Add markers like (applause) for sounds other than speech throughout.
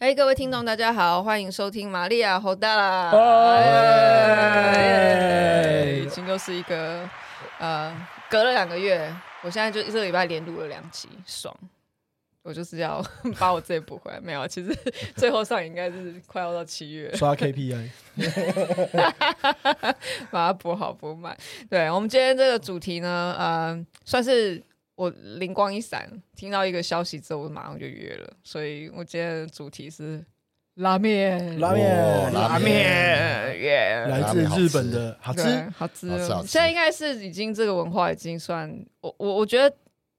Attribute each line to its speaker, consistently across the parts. Speaker 1: 哎听众大家好，欢迎收听玛利亚侯大啦。
Speaker 2: 哎
Speaker 1: 已经又是一个呃，隔了两个月，我现在就这个礼拜连录了两集，爽！我就是要把我自己补回来。没有，啊其实最后上应该是快要到七
Speaker 2: (laughs)
Speaker 1: 月，
Speaker 2: 刷 KPI，
Speaker 1: 把它补好补满。对我们今天这个主题呢，呃，算是我灵光一闪，听到一个消息之后，我马上就约了，所以我今天的主题是拉面，
Speaker 2: 拉面，
Speaker 1: 拉
Speaker 3: 拉面
Speaker 1: 面， (laughs) 耶、
Speaker 2: 来自日本的好吃，
Speaker 1: 对，好吃
Speaker 3: 好吃
Speaker 1: 哦。
Speaker 3: 好吃
Speaker 1: 现在应该是已经这个文化已经算我我我觉得，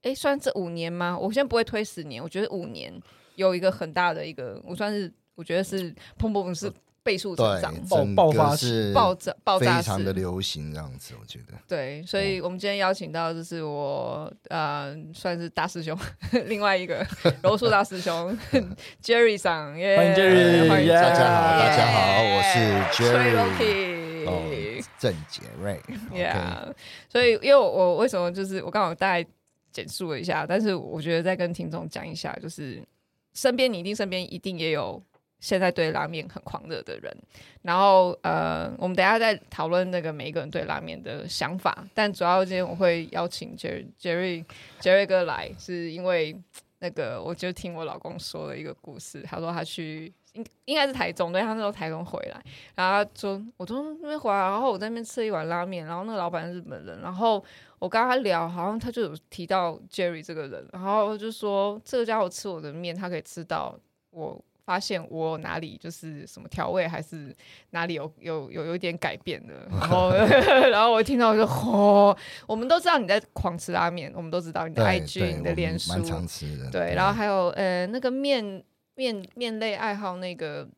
Speaker 1: 哎，算这五年吗？我先不会推十年，我觉得五年有一个很大的一个，我算是我觉得是砰砰砰是倍数成
Speaker 3: 对
Speaker 1: 长，，
Speaker 2: 爆
Speaker 3: 整
Speaker 2: 爆
Speaker 3: 个
Speaker 2: 发
Speaker 3: 是
Speaker 1: 爆炸爆炸
Speaker 3: 非常的嗯
Speaker 1: 式。
Speaker 3: 流行这样子，我觉得
Speaker 1: 对，所以我们今天邀请到就是我呃，算是大师兄， (laughs) 另外一个 (laughs) 柔术大师兄 Jerry 上，耶
Speaker 2: 欢迎 Jerry，
Speaker 1: 哎欢迎
Speaker 2: 耶
Speaker 1: Jerry
Speaker 3: 大家好大家好
Speaker 1: 耶
Speaker 3: 我是 Jerry
Speaker 1: Cherokee
Speaker 3: 哦，郑杰瑞
Speaker 1: Yeah，、所以因为我我为什么就是我刚好大概简述了一下，但是我觉得再跟听众讲一下，就是身边你一定身边一定也有现在对拉面很狂热的人，然后呃，我们等一下再讨论那个每一个人对拉面的想法，但主要今天我会邀请 Jerry Jerry Jerry 哥来，是因为那个我就听我老公说了一个故事，他说他去。应应该是台中，对他那时候台中回来，然后他说我从那边回来，然后我在那边吃一碗拉面，然后那个老板是日本人，然后我跟他聊，好像他就有提到 Jerry 这个人，然后就说这个家伙吃我的面，他可以吃到我发现我哪里就是什么调味还是哪里有有有有一点改变
Speaker 3: (laughs)
Speaker 1: 的，然后 (laughs) 然后我听到我就哦，我们都知道你在狂吃拉面，我们都知道你的
Speaker 3: 对
Speaker 1: IG
Speaker 3: 对，
Speaker 1: 你的
Speaker 3: 我
Speaker 1: 脸书
Speaker 3: 蛮常吃的，嗯
Speaker 1: 对，然后还有呃那个面面面类爱好那个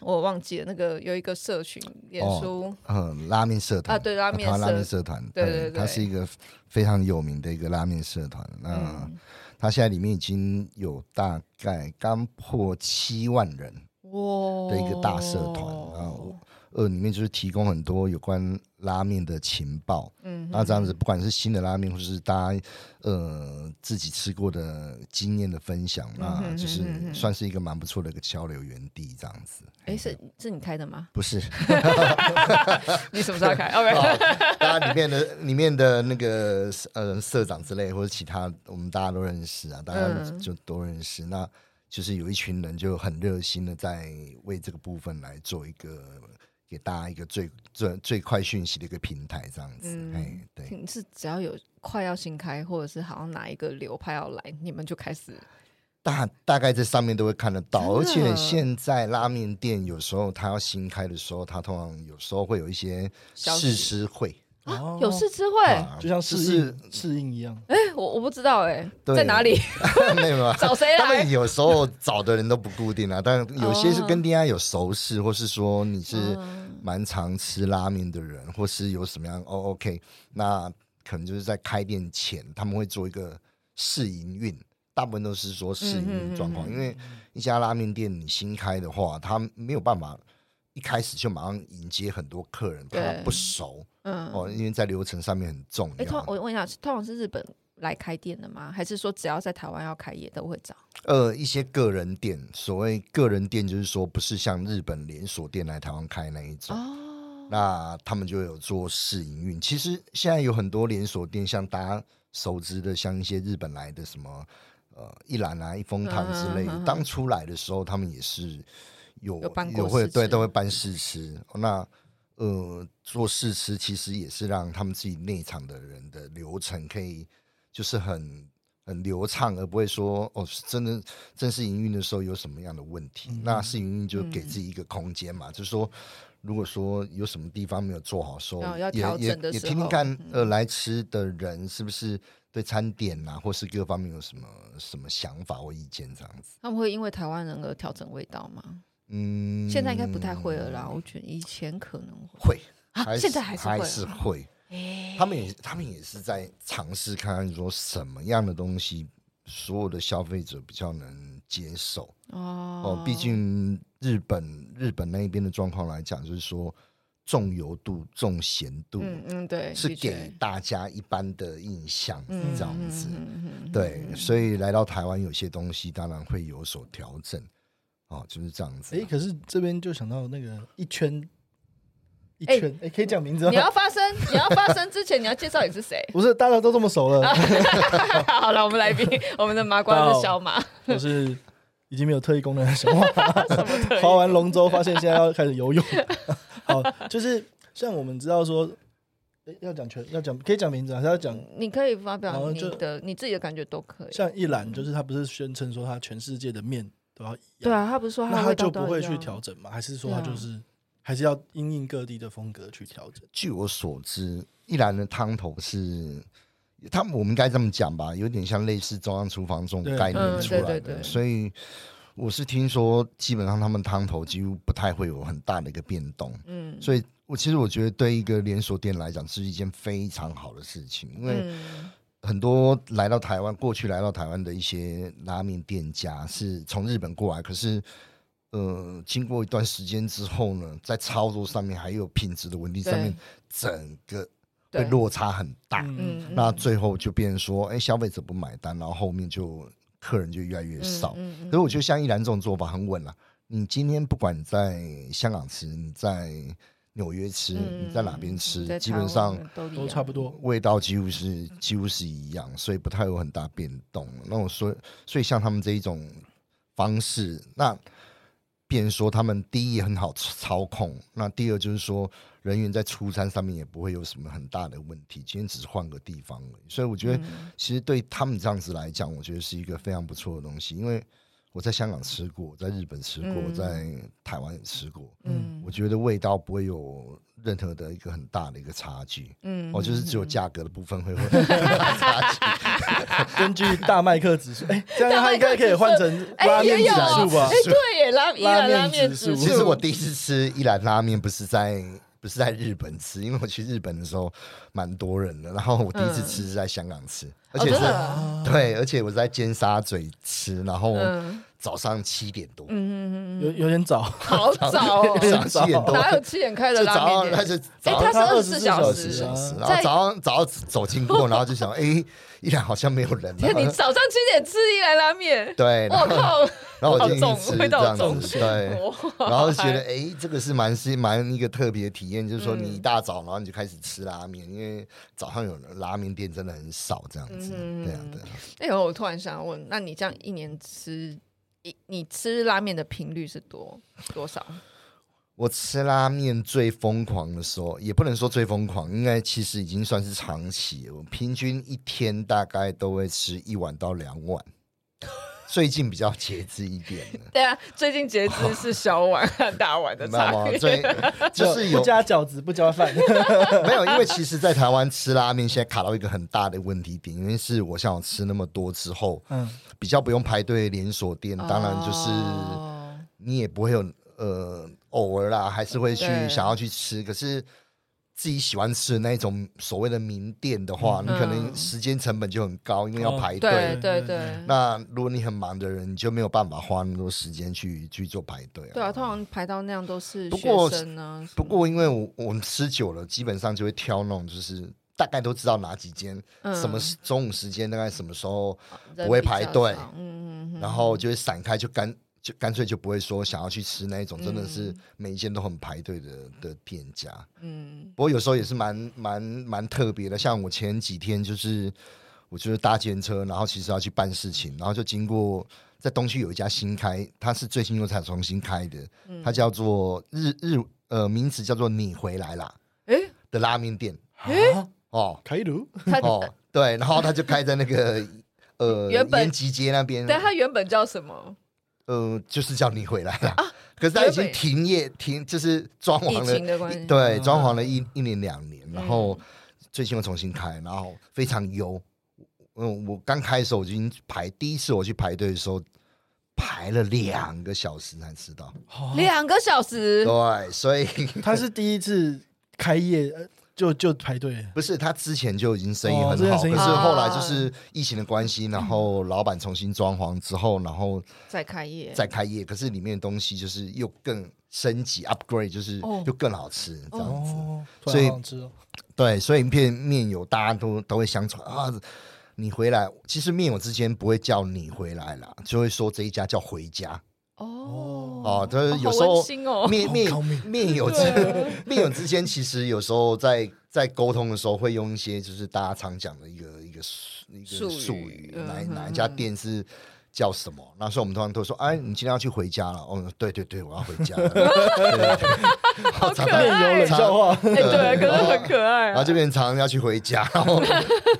Speaker 1: 我忘记了，那个有一个社群脸
Speaker 3: 哦
Speaker 1: 书、
Speaker 3: 嗯，拉面社团
Speaker 1: 啊，对拉面
Speaker 3: 台湾拉
Speaker 1: 社
Speaker 3: 面，社团，
Speaker 1: 对对对
Speaker 3: 它是一个非常有名的一个拉面社团，那
Speaker 1: 嗯，
Speaker 3: 它现在里面已经有大概刚破七万人，
Speaker 1: 哇
Speaker 3: 的一个大社团啊
Speaker 1: 哦
Speaker 3: 我呃，里面就是提供很多有关拉面的情报，
Speaker 1: 嗯
Speaker 3: 那这样子，不管是新的拉面，或是大家呃自己吃过的经验的分享，
Speaker 1: 嗯哼
Speaker 3: 那就
Speaker 1: 嗯哼
Speaker 3: 是算是一个蛮不错的一个交流园地，这样子。
Speaker 1: 哎是是你开的吗？ (laughs)
Speaker 3: 不是？
Speaker 1: 你什么时候开？OK，
Speaker 3: (laughs) 哦当然里面的 (laughs) 里面的那个呃社长之类，或者其他我们大家都认识啊，大家
Speaker 1: 嗯
Speaker 3: 就都认识。那就是有一群人就很热心的在为这个部分来做一个给大家一个最最最快讯息的一个平台，这样子。
Speaker 1: 嗯
Speaker 3: 哎，对。
Speaker 1: (laughs) 你是只要有快要新开，或者是好像哪一个流派要来，你们就开始
Speaker 3: 大大概在上面都会看得到，而
Speaker 1: 真的
Speaker 3: 且现在拉面店有时候它要新开的时候，它通常有时候会有一些
Speaker 1: 消
Speaker 3: 试
Speaker 1: 息 (laughs)
Speaker 3: 吃会，
Speaker 2: 哦
Speaker 1: 有事之会。哎、
Speaker 3: 啊
Speaker 2: 就像
Speaker 3: 就
Speaker 2: 适应适应一样，
Speaker 1: (laughs) 我我不知道哎、
Speaker 3: 对
Speaker 1: 在哪里
Speaker 3: 没有没有
Speaker 1: 找谁
Speaker 3: (laughs) 他
Speaker 1: 来
Speaker 3: 们？有时候找的人都不固定啊， (laughs) 但有些是跟店家有熟识，或是说你是
Speaker 1: 嗯
Speaker 3: 蛮常吃拉面的人，或是有什么样哦，OK，那可能就是在开店前他们会做一个试营运，大部分都是说试营运状
Speaker 1: 嗯
Speaker 3: 况，
Speaker 1: 哼嗯哼
Speaker 3: 因为一家拉面店你新开的话，他没有办法。一开始就马上迎接很多客人，怕他
Speaker 1: 对
Speaker 3: 不熟
Speaker 1: 嗯
Speaker 3: 哦，因为在流程上面很重
Speaker 1: 哎、通
Speaker 3: 要。
Speaker 1: 我问一下，通常是日本来开店的吗？还是说只要在台湾要开业都会找？
Speaker 3: 呃，一些个人店，所谓个人店就是说，不是像日本连锁店来台湾开那一种，
Speaker 1: 哦，
Speaker 3: 那他们就有做试营运。其实现在有很多连锁店，像大家熟知的，像一些日本来的什么呃一兰啊、一风堂之类的，
Speaker 1: 嗯嗯嗯嗯
Speaker 3: 当初来的时候，他们也是有
Speaker 1: 有办过
Speaker 3: 有会
Speaker 1: 试
Speaker 3: 对
Speaker 1: 吃
Speaker 3: 都会办试吃。哦那呃，做试吃其实也是让他们自己内场的人的流程可以就是很很流畅，而不会说哦，是真的正式营运的时候有什么样的问题。
Speaker 1: 嗯
Speaker 3: 那试营运就给自己一个空间嘛，就是说，如果说有什么地方没有做好，说
Speaker 1: 哦要
Speaker 3: 也
Speaker 1: 调
Speaker 3: 也
Speaker 1: 整的
Speaker 3: 也
Speaker 1: 时
Speaker 3: 听
Speaker 1: 候嗯
Speaker 3: 听看，呃，来吃的人是不是对餐点啊，或是各方面有什么什么想法或意见这样子。
Speaker 1: 他们会因为台湾人而调整味道吗？
Speaker 3: 嗯，
Speaker 1: 现在应该不太会了啦，我觉得以前可能会。
Speaker 3: 会
Speaker 1: 啊，现在还是
Speaker 3: 还
Speaker 1: 会
Speaker 3: 是
Speaker 1: 啊。
Speaker 3: 会。
Speaker 1: 哎
Speaker 3: 他们也他们也是在尝试看看说什么样的东西，所有的消费者比较能接受
Speaker 1: 哦
Speaker 3: 哦。毕竟日本日本那一边的状况来讲，就是说重油度、重咸度、
Speaker 1: 嗯嗯，对，
Speaker 3: 是
Speaker 1: 的
Speaker 3: 给
Speaker 1: 确
Speaker 3: 大家一般的印象
Speaker 1: 嗯
Speaker 3: 这样子。
Speaker 1: 嗯嗯嗯嗯嗯
Speaker 3: 对，所以来到台湾，有些东西当然会有所调整。哦，就是这样子
Speaker 2: 哎，
Speaker 3: 啊。
Speaker 2: 可是这边就想到那个一圈一
Speaker 1: 哎
Speaker 2: 圈，哎，可以讲名字
Speaker 1: 你
Speaker 2: 吗？
Speaker 1: 要发声，你要发声之前，你要介绍你是谁。
Speaker 2: (laughs) 不是，大家都这么熟了， (laughs)
Speaker 1: 好了，我们来宾，我们的麻瓜是小马，
Speaker 2: 我是已经没有特异功能的小花。
Speaker 1: (laughs) 什么特异
Speaker 2: 划完龙舟，发现现在要开始游泳。 (laughs) 好，就是像我们知道说，诶要讲全，要讲可以讲名字啊，还是要讲？
Speaker 1: 你可以发表
Speaker 2: 然后
Speaker 1: 你
Speaker 2: 就
Speaker 1: 的你自己的感觉都可以。
Speaker 2: 像一览，就是他不是宣称说他全世界的面都要一样，
Speaker 1: 对啊，他不是说味
Speaker 2: 那他
Speaker 1: 道
Speaker 2: 就
Speaker 1: 都
Speaker 2: 不会
Speaker 1: 一样
Speaker 2: 去调整嘛？还是说
Speaker 1: 对
Speaker 2: 他
Speaker 1: 啊
Speaker 2: 就是还是要因应各地的风格去调整？
Speaker 3: 据我所知，一兰的汤头是他们，我们应该这么讲吧，有点像类似中央厨房这种
Speaker 2: 对
Speaker 3: 概
Speaker 1: 嗯
Speaker 3: 念出来的，
Speaker 1: 对对对
Speaker 3: 所以。我是听说，基本上他们汤头几乎不太会有很大的一个变动，
Speaker 1: 嗯
Speaker 3: 所以我其实我觉得对一个连锁店来讲是一件非常好的事情，因为
Speaker 1: 嗯
Speaker 3: 很多来到台湾，过去来到台湾的一些拉面店家是从日本过来，可是呃，经过一段时间之后呢，在操作上面还有品质的稳定上面，整个会
Speaker 1: 对
Speaker 3: 落差很大。
Speaker 2: 嗯，
Speaker 1: 嗯，
Speaker 3: 那最后就变成说，哎、消费者不买单，然后后面就客人就越来越少。
Speaker 1: 嗯嗯嗯
Speaker 3: 所以我觉得像一兰这种做法很稳了、啊你今天不管你在香港吃，你在纽约吃，
Speaker 1: 嗯
Speaker 3: 你在哪边吃，
Speaker 1: 在
Speaker 3: 基
Speaker 1: 台
Speaker 3: 本
Speaker 1: 湾嗯
Speaker 3: 上
Speaker 1: 都一
Speaker 2: 都
Speaker 1: 样
Speaker 2: 差不多。
Speaker 3: 味道几乎是几乎是一样，所以不太有很大变动。那我说，所以像他们这一种方式，那变成说他们第一也很好操控，那第二就是说人员在出餐上面也不会有什么很大的问题，今天只是换个地方而已。所以我觉得，
Speaker 1: 嗯
Speaker 3: 其实对他们这样子来讲，我觉得是一个非常不错的东西，因为我在香港吃过，在日本吃过，
Speaker 1: 嗯
Speaker 3: 在台湾也吃过，
Speaker 1: 嗯
Speaker 3: 我觉得味道不会有任何的一个很大的一个差距。
Speaker 1: 嗯
Speaker 3: 哦，就是只有价格的部分会
Speaker 1: (laughs)
Speaker 3: 有 (laughs) 差距。
Speaker 2: 根据大麦
Speaker 1: (laughs)
Speaker 2: 克指数，哎，这样他应该可以换成
Speaker 1: 哎
Speaker 2: 拉面
Speaker 1: 也
Speaker 2: 指
Speaker 1: 有
Speaker 2: 数吧
Speaker 1: 哎？对耶，拉
Speaker 2: 拉面
Speaker 1: 拉面哦
Speaker 2: 指数
Speaker 3: 其实我第一次吃一兰拉面不是在不是在日本吃，因为我去日本的时候蛮多人的，然后我第一次吃是在香港吃，而且
Speaker 1: 嗯真
Speaker 3: 是、
Speaker 1: 的啊
Speaker 3: 对，而且我在尖沙咀吃，然后
Speaker 1: 嗯
Speaker 3: 早上七点多，
Speaker 1: 嗯嗯嗯
Speaker 2: 有有点早，
Speaker 3: (laughs)
Speaker 1: 好早哦，
Speaker 3: 早上七点多
Speaker 1: (laughs) 哪有七点开的
Speaker 3: 就
Speaker 1: 拉
Speaker 3: 早
Speaker 1: 面
Speaker 3: 上
Speaker 1: 店哎
Speaker 3: 他？就早
Speaker 1: 它
Speaker 3: 上
Speaker 1: 是
Speaker 2: 他
Speaker 1: 24小
Speaker 2: 24
Speaker 1: 时
Speaker 3: 十
Speaker 2: 啊
Speaker 3: 小时，然
Speaker 1: 在
Speaker 3: 后早上早上走经过，然后就
Speaker 1: (laughs)
Speaker 3: 想，哎，一兰好像没有人啊，
Speaker 1: 天，你早上七点吃一兰拉面，
Speaker 3: 对，然
Speaker 1: 我
Speaker 3: 后 (laughs)
Speaker 1: 靠！
Speaker 3: 然后我
Speaker 1: 好
Speaker 3: 就进
Speaker 1: 重
Speaker 3: 去吃
Speaker 1: 味
Speaker 3: 这
Speaker 1: 道
Speaker 3: 样
Speaker 1: 重
Speaker 3: 子，对。
Speaker 1: 哇
Speaker 3: 然后就觉得，哎、这个是蛮是蛮一个特别的体验，就是说你
Speaker 1: 嗯
Speaker 3: 一大早，然后你就开始吃拉面，因为早上有拉面店真的很少这样子，
Speaker 1: 嗯
Speaker 3: 对啊，对啊。
Speaker 1: 哎呦，我突然想问，那你这样一年吃一你吃拉面的频率是多多
Speaker 3: (laughs)
Speaker 1: 少？，
Speaker 3: 我吃拉面最疯狂的时候，也不能说最疯狂，应该其实已经算是长期了。我平均一天大概都会吃一碗到两碗，最近比较节制一点了
Speaker 1: 对啊，最近截肢是小碗和大碗
Speaker 3: (laughs)
Speaker 1: 的
Speaker 3: 你知道
Speaker 1: 差
Speaker 3: 吗？
Speaker 1: 别。
Speaker 3: 最就是
Speaker 2: 不
Speaker 3: 有
Speaker 2: 加饺子不加
Speaker 1: (laughs)
Speaker 2: 饭，
Speaker 3: 没有，因为其实，在台湾吃拉面现在卡到一个很大的问题点，因为是我像我吃那么多之后，
Speaker 1: (laughs)
Speaker 2: 嗯，
Speaker 3: 比较不用排队连锁店，当然就是
Speaker 1: 哦
Speaker 3: 你也不会有呃偶尔啦，还是会去
Speaker 1: 对
Speaker 3: 想要去吃，可是自己喜欢吃的那一种所谓的名店的话，你可能时间成本就很高，因为要
Speaker 2: 哦
Speaker 3: 排
Speaker 1: 嗯对
Speaker 3: 队。
Speaker 1: 对
Speaker 2: 对
Speaker 1: 对。
Speaker 3: 嗯那如果你很忙的人，你就没有办法花那么多时间去去做排队、
Speaker 1: 对啊，通常排到那样都是
Speaker 3: 不
Speaker 1: 学
Speaker 3: 过
Speaker 1: 生啊。
Speaker 3: 不过因为我我们吃久了，基本上就会挑那种就是。大概都知道哪几间，
Speaker 1: 嗯
Speaker 3: 什么时中午时间，大概什么时候，
Speaker 1: 人
Speaker 3: 不会
Speaker 1: 比较
Speaker 3: 排队
Speaker 1: 少嗯嗯嗯，
Speaker 3: 然后就会散开，就干就干脆就不会说想要去吃那一种真的是每一间都很排队的的店家。
Speaker 1: 嗯
Speaker 3: 不过有时候也是蛮蛮蛮特别的，像我前几天就是我就是搭捷运车，然后其实要去办事情，然后就经过在东区有一家新开，它是最近又才重新开的，
Speaker 1: 嗯
Speaker 3: 它叫做日日呃名字叫做你回来啦
Speaker 1: 诶
Speaker 3: 的拉面店
Speaker 2: 啊
Speaker 3: 哦
Speaker 2: 开炉
Speaker 1: 他呃
Speaker 3: 哦对，然后它就开在那个呃
Speaker 1: 原本
Speaker 3: 延吉街那边，
Speaker 1: 但他原本叫什么？
Speaker 3: 呃，就是叫你回来了。可是他已经停业停，就是装潢
Speaker 1: 啊疫情的关
Speaker 3: 了，
Speaker 1: 系嗯
Speaker 3: 一对，装潢了一一年两年，然后最近又重新开，然后非常优。嗯，我刚开始我就已经排第一次我去排队的时候，排了两个小时才吃到。
Speaker 1: 两个小时，
Speaker 3: 对，所以
Speaker 2: 他是第一次开业呃就就排队了，
Speaker 3: 不是他之前就已经生意
Speaker 2: 哦
Speaker 3: 很
Speaker 2: 之前
Speaker 3: 好，
Speaker 2: 生意
Speaker 3: 可是
Speaker 1: 很好
Speaker 3: 后来就是疫情的关系，然后老板重新装潢之后，然后
Speaker 1: 再开业，
Speaker 3: 再开业，可是里面的东西就是又更升级 upgrade，就是
Speaker 1: 哦
Speaker 3: 又更好吃这样子。
Speaker 2: 哦，突
Speaker 3: 所以
Speaker 2: 然好
Speaker 1: (laughs)
Speaker 2: 想吃哦，
Speaker 3: 对，所以面面友大家都都会相传啊，你回来，其实面友之间不会叫你回来啦，就会说这一家叫回家。
Speaker 1: 哦，
Speaker 3: 哦，就是有时
Speaker 1: 好
Speaker 3: 候
Speaker 1: 温馨哦
Speaker 3: 面面
Speaker 2: 好高明
Speaker 3: 面友之
Speaker 1: 对
Speaker 3: (laughs) 面友之间，其实有时候在在沟通的时候，会用一些就是大家常讲的一个一个一
Speaker 1: 术
Speaker 3: 个
Speaker 1: 语
Speaker 3: 术语，
Speaker 1: 嗯
Speaker 3: 哪
Speaker 1: 哼
Speaker 3: 哪一家店是。叫什么？那时候我们通常都说：“哎，你今天要去回家了。”哦，对对对，我要回
Speaker 1: (laughs)
Speaker 3: 家了。对对对
Speaker 1: 好可
Speaker 2: 面有冷
Speaker 1: 爱，
Speaker 2: 笑话，
Speaker 1: 哎，
Speaker 3: (laughs)
Speaker 1: 对，可是很可爱
Speaker 3: 然后
Speaker 1: 啊。
Speaker 3: 这边常常要去回家， (laughs) 然后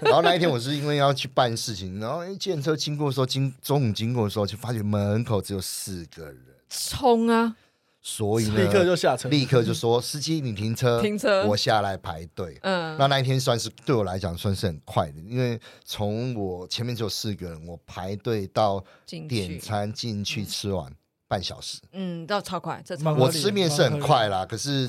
Speaker 3: 然后那一天我是因为要去办事情，然后哎，建车经过的时候，经中午经过的时候，就发觉门口只有四个人，
Speaker 1: 冲啊！
Speaker 3: 所以
Speaker 2: (laughs)
Speaker 3: 呢，
Speaker 2: 立刻就下车。
Speaker 3: 立刻就说：“司机，你停车，
Speaker 1: 停车
Speaker 3: 我下来排队。”
Speaker 1: 嗯，
Speaker 3: 那那一天算是对我来讲算是很快的，因为从我前面只有四个人，我排队到
Speaker 1: 进
Speaker 3: 点
Speaker 1: 去，
Speaker 3: 餐进去吃完半小时，
Speaker 1: 嗯，到超快，这超
Speaker 2: 蛮合理
Speaker 3: 我
Speaker 2: 的
Speaker 3: 吃面是很快啦，可是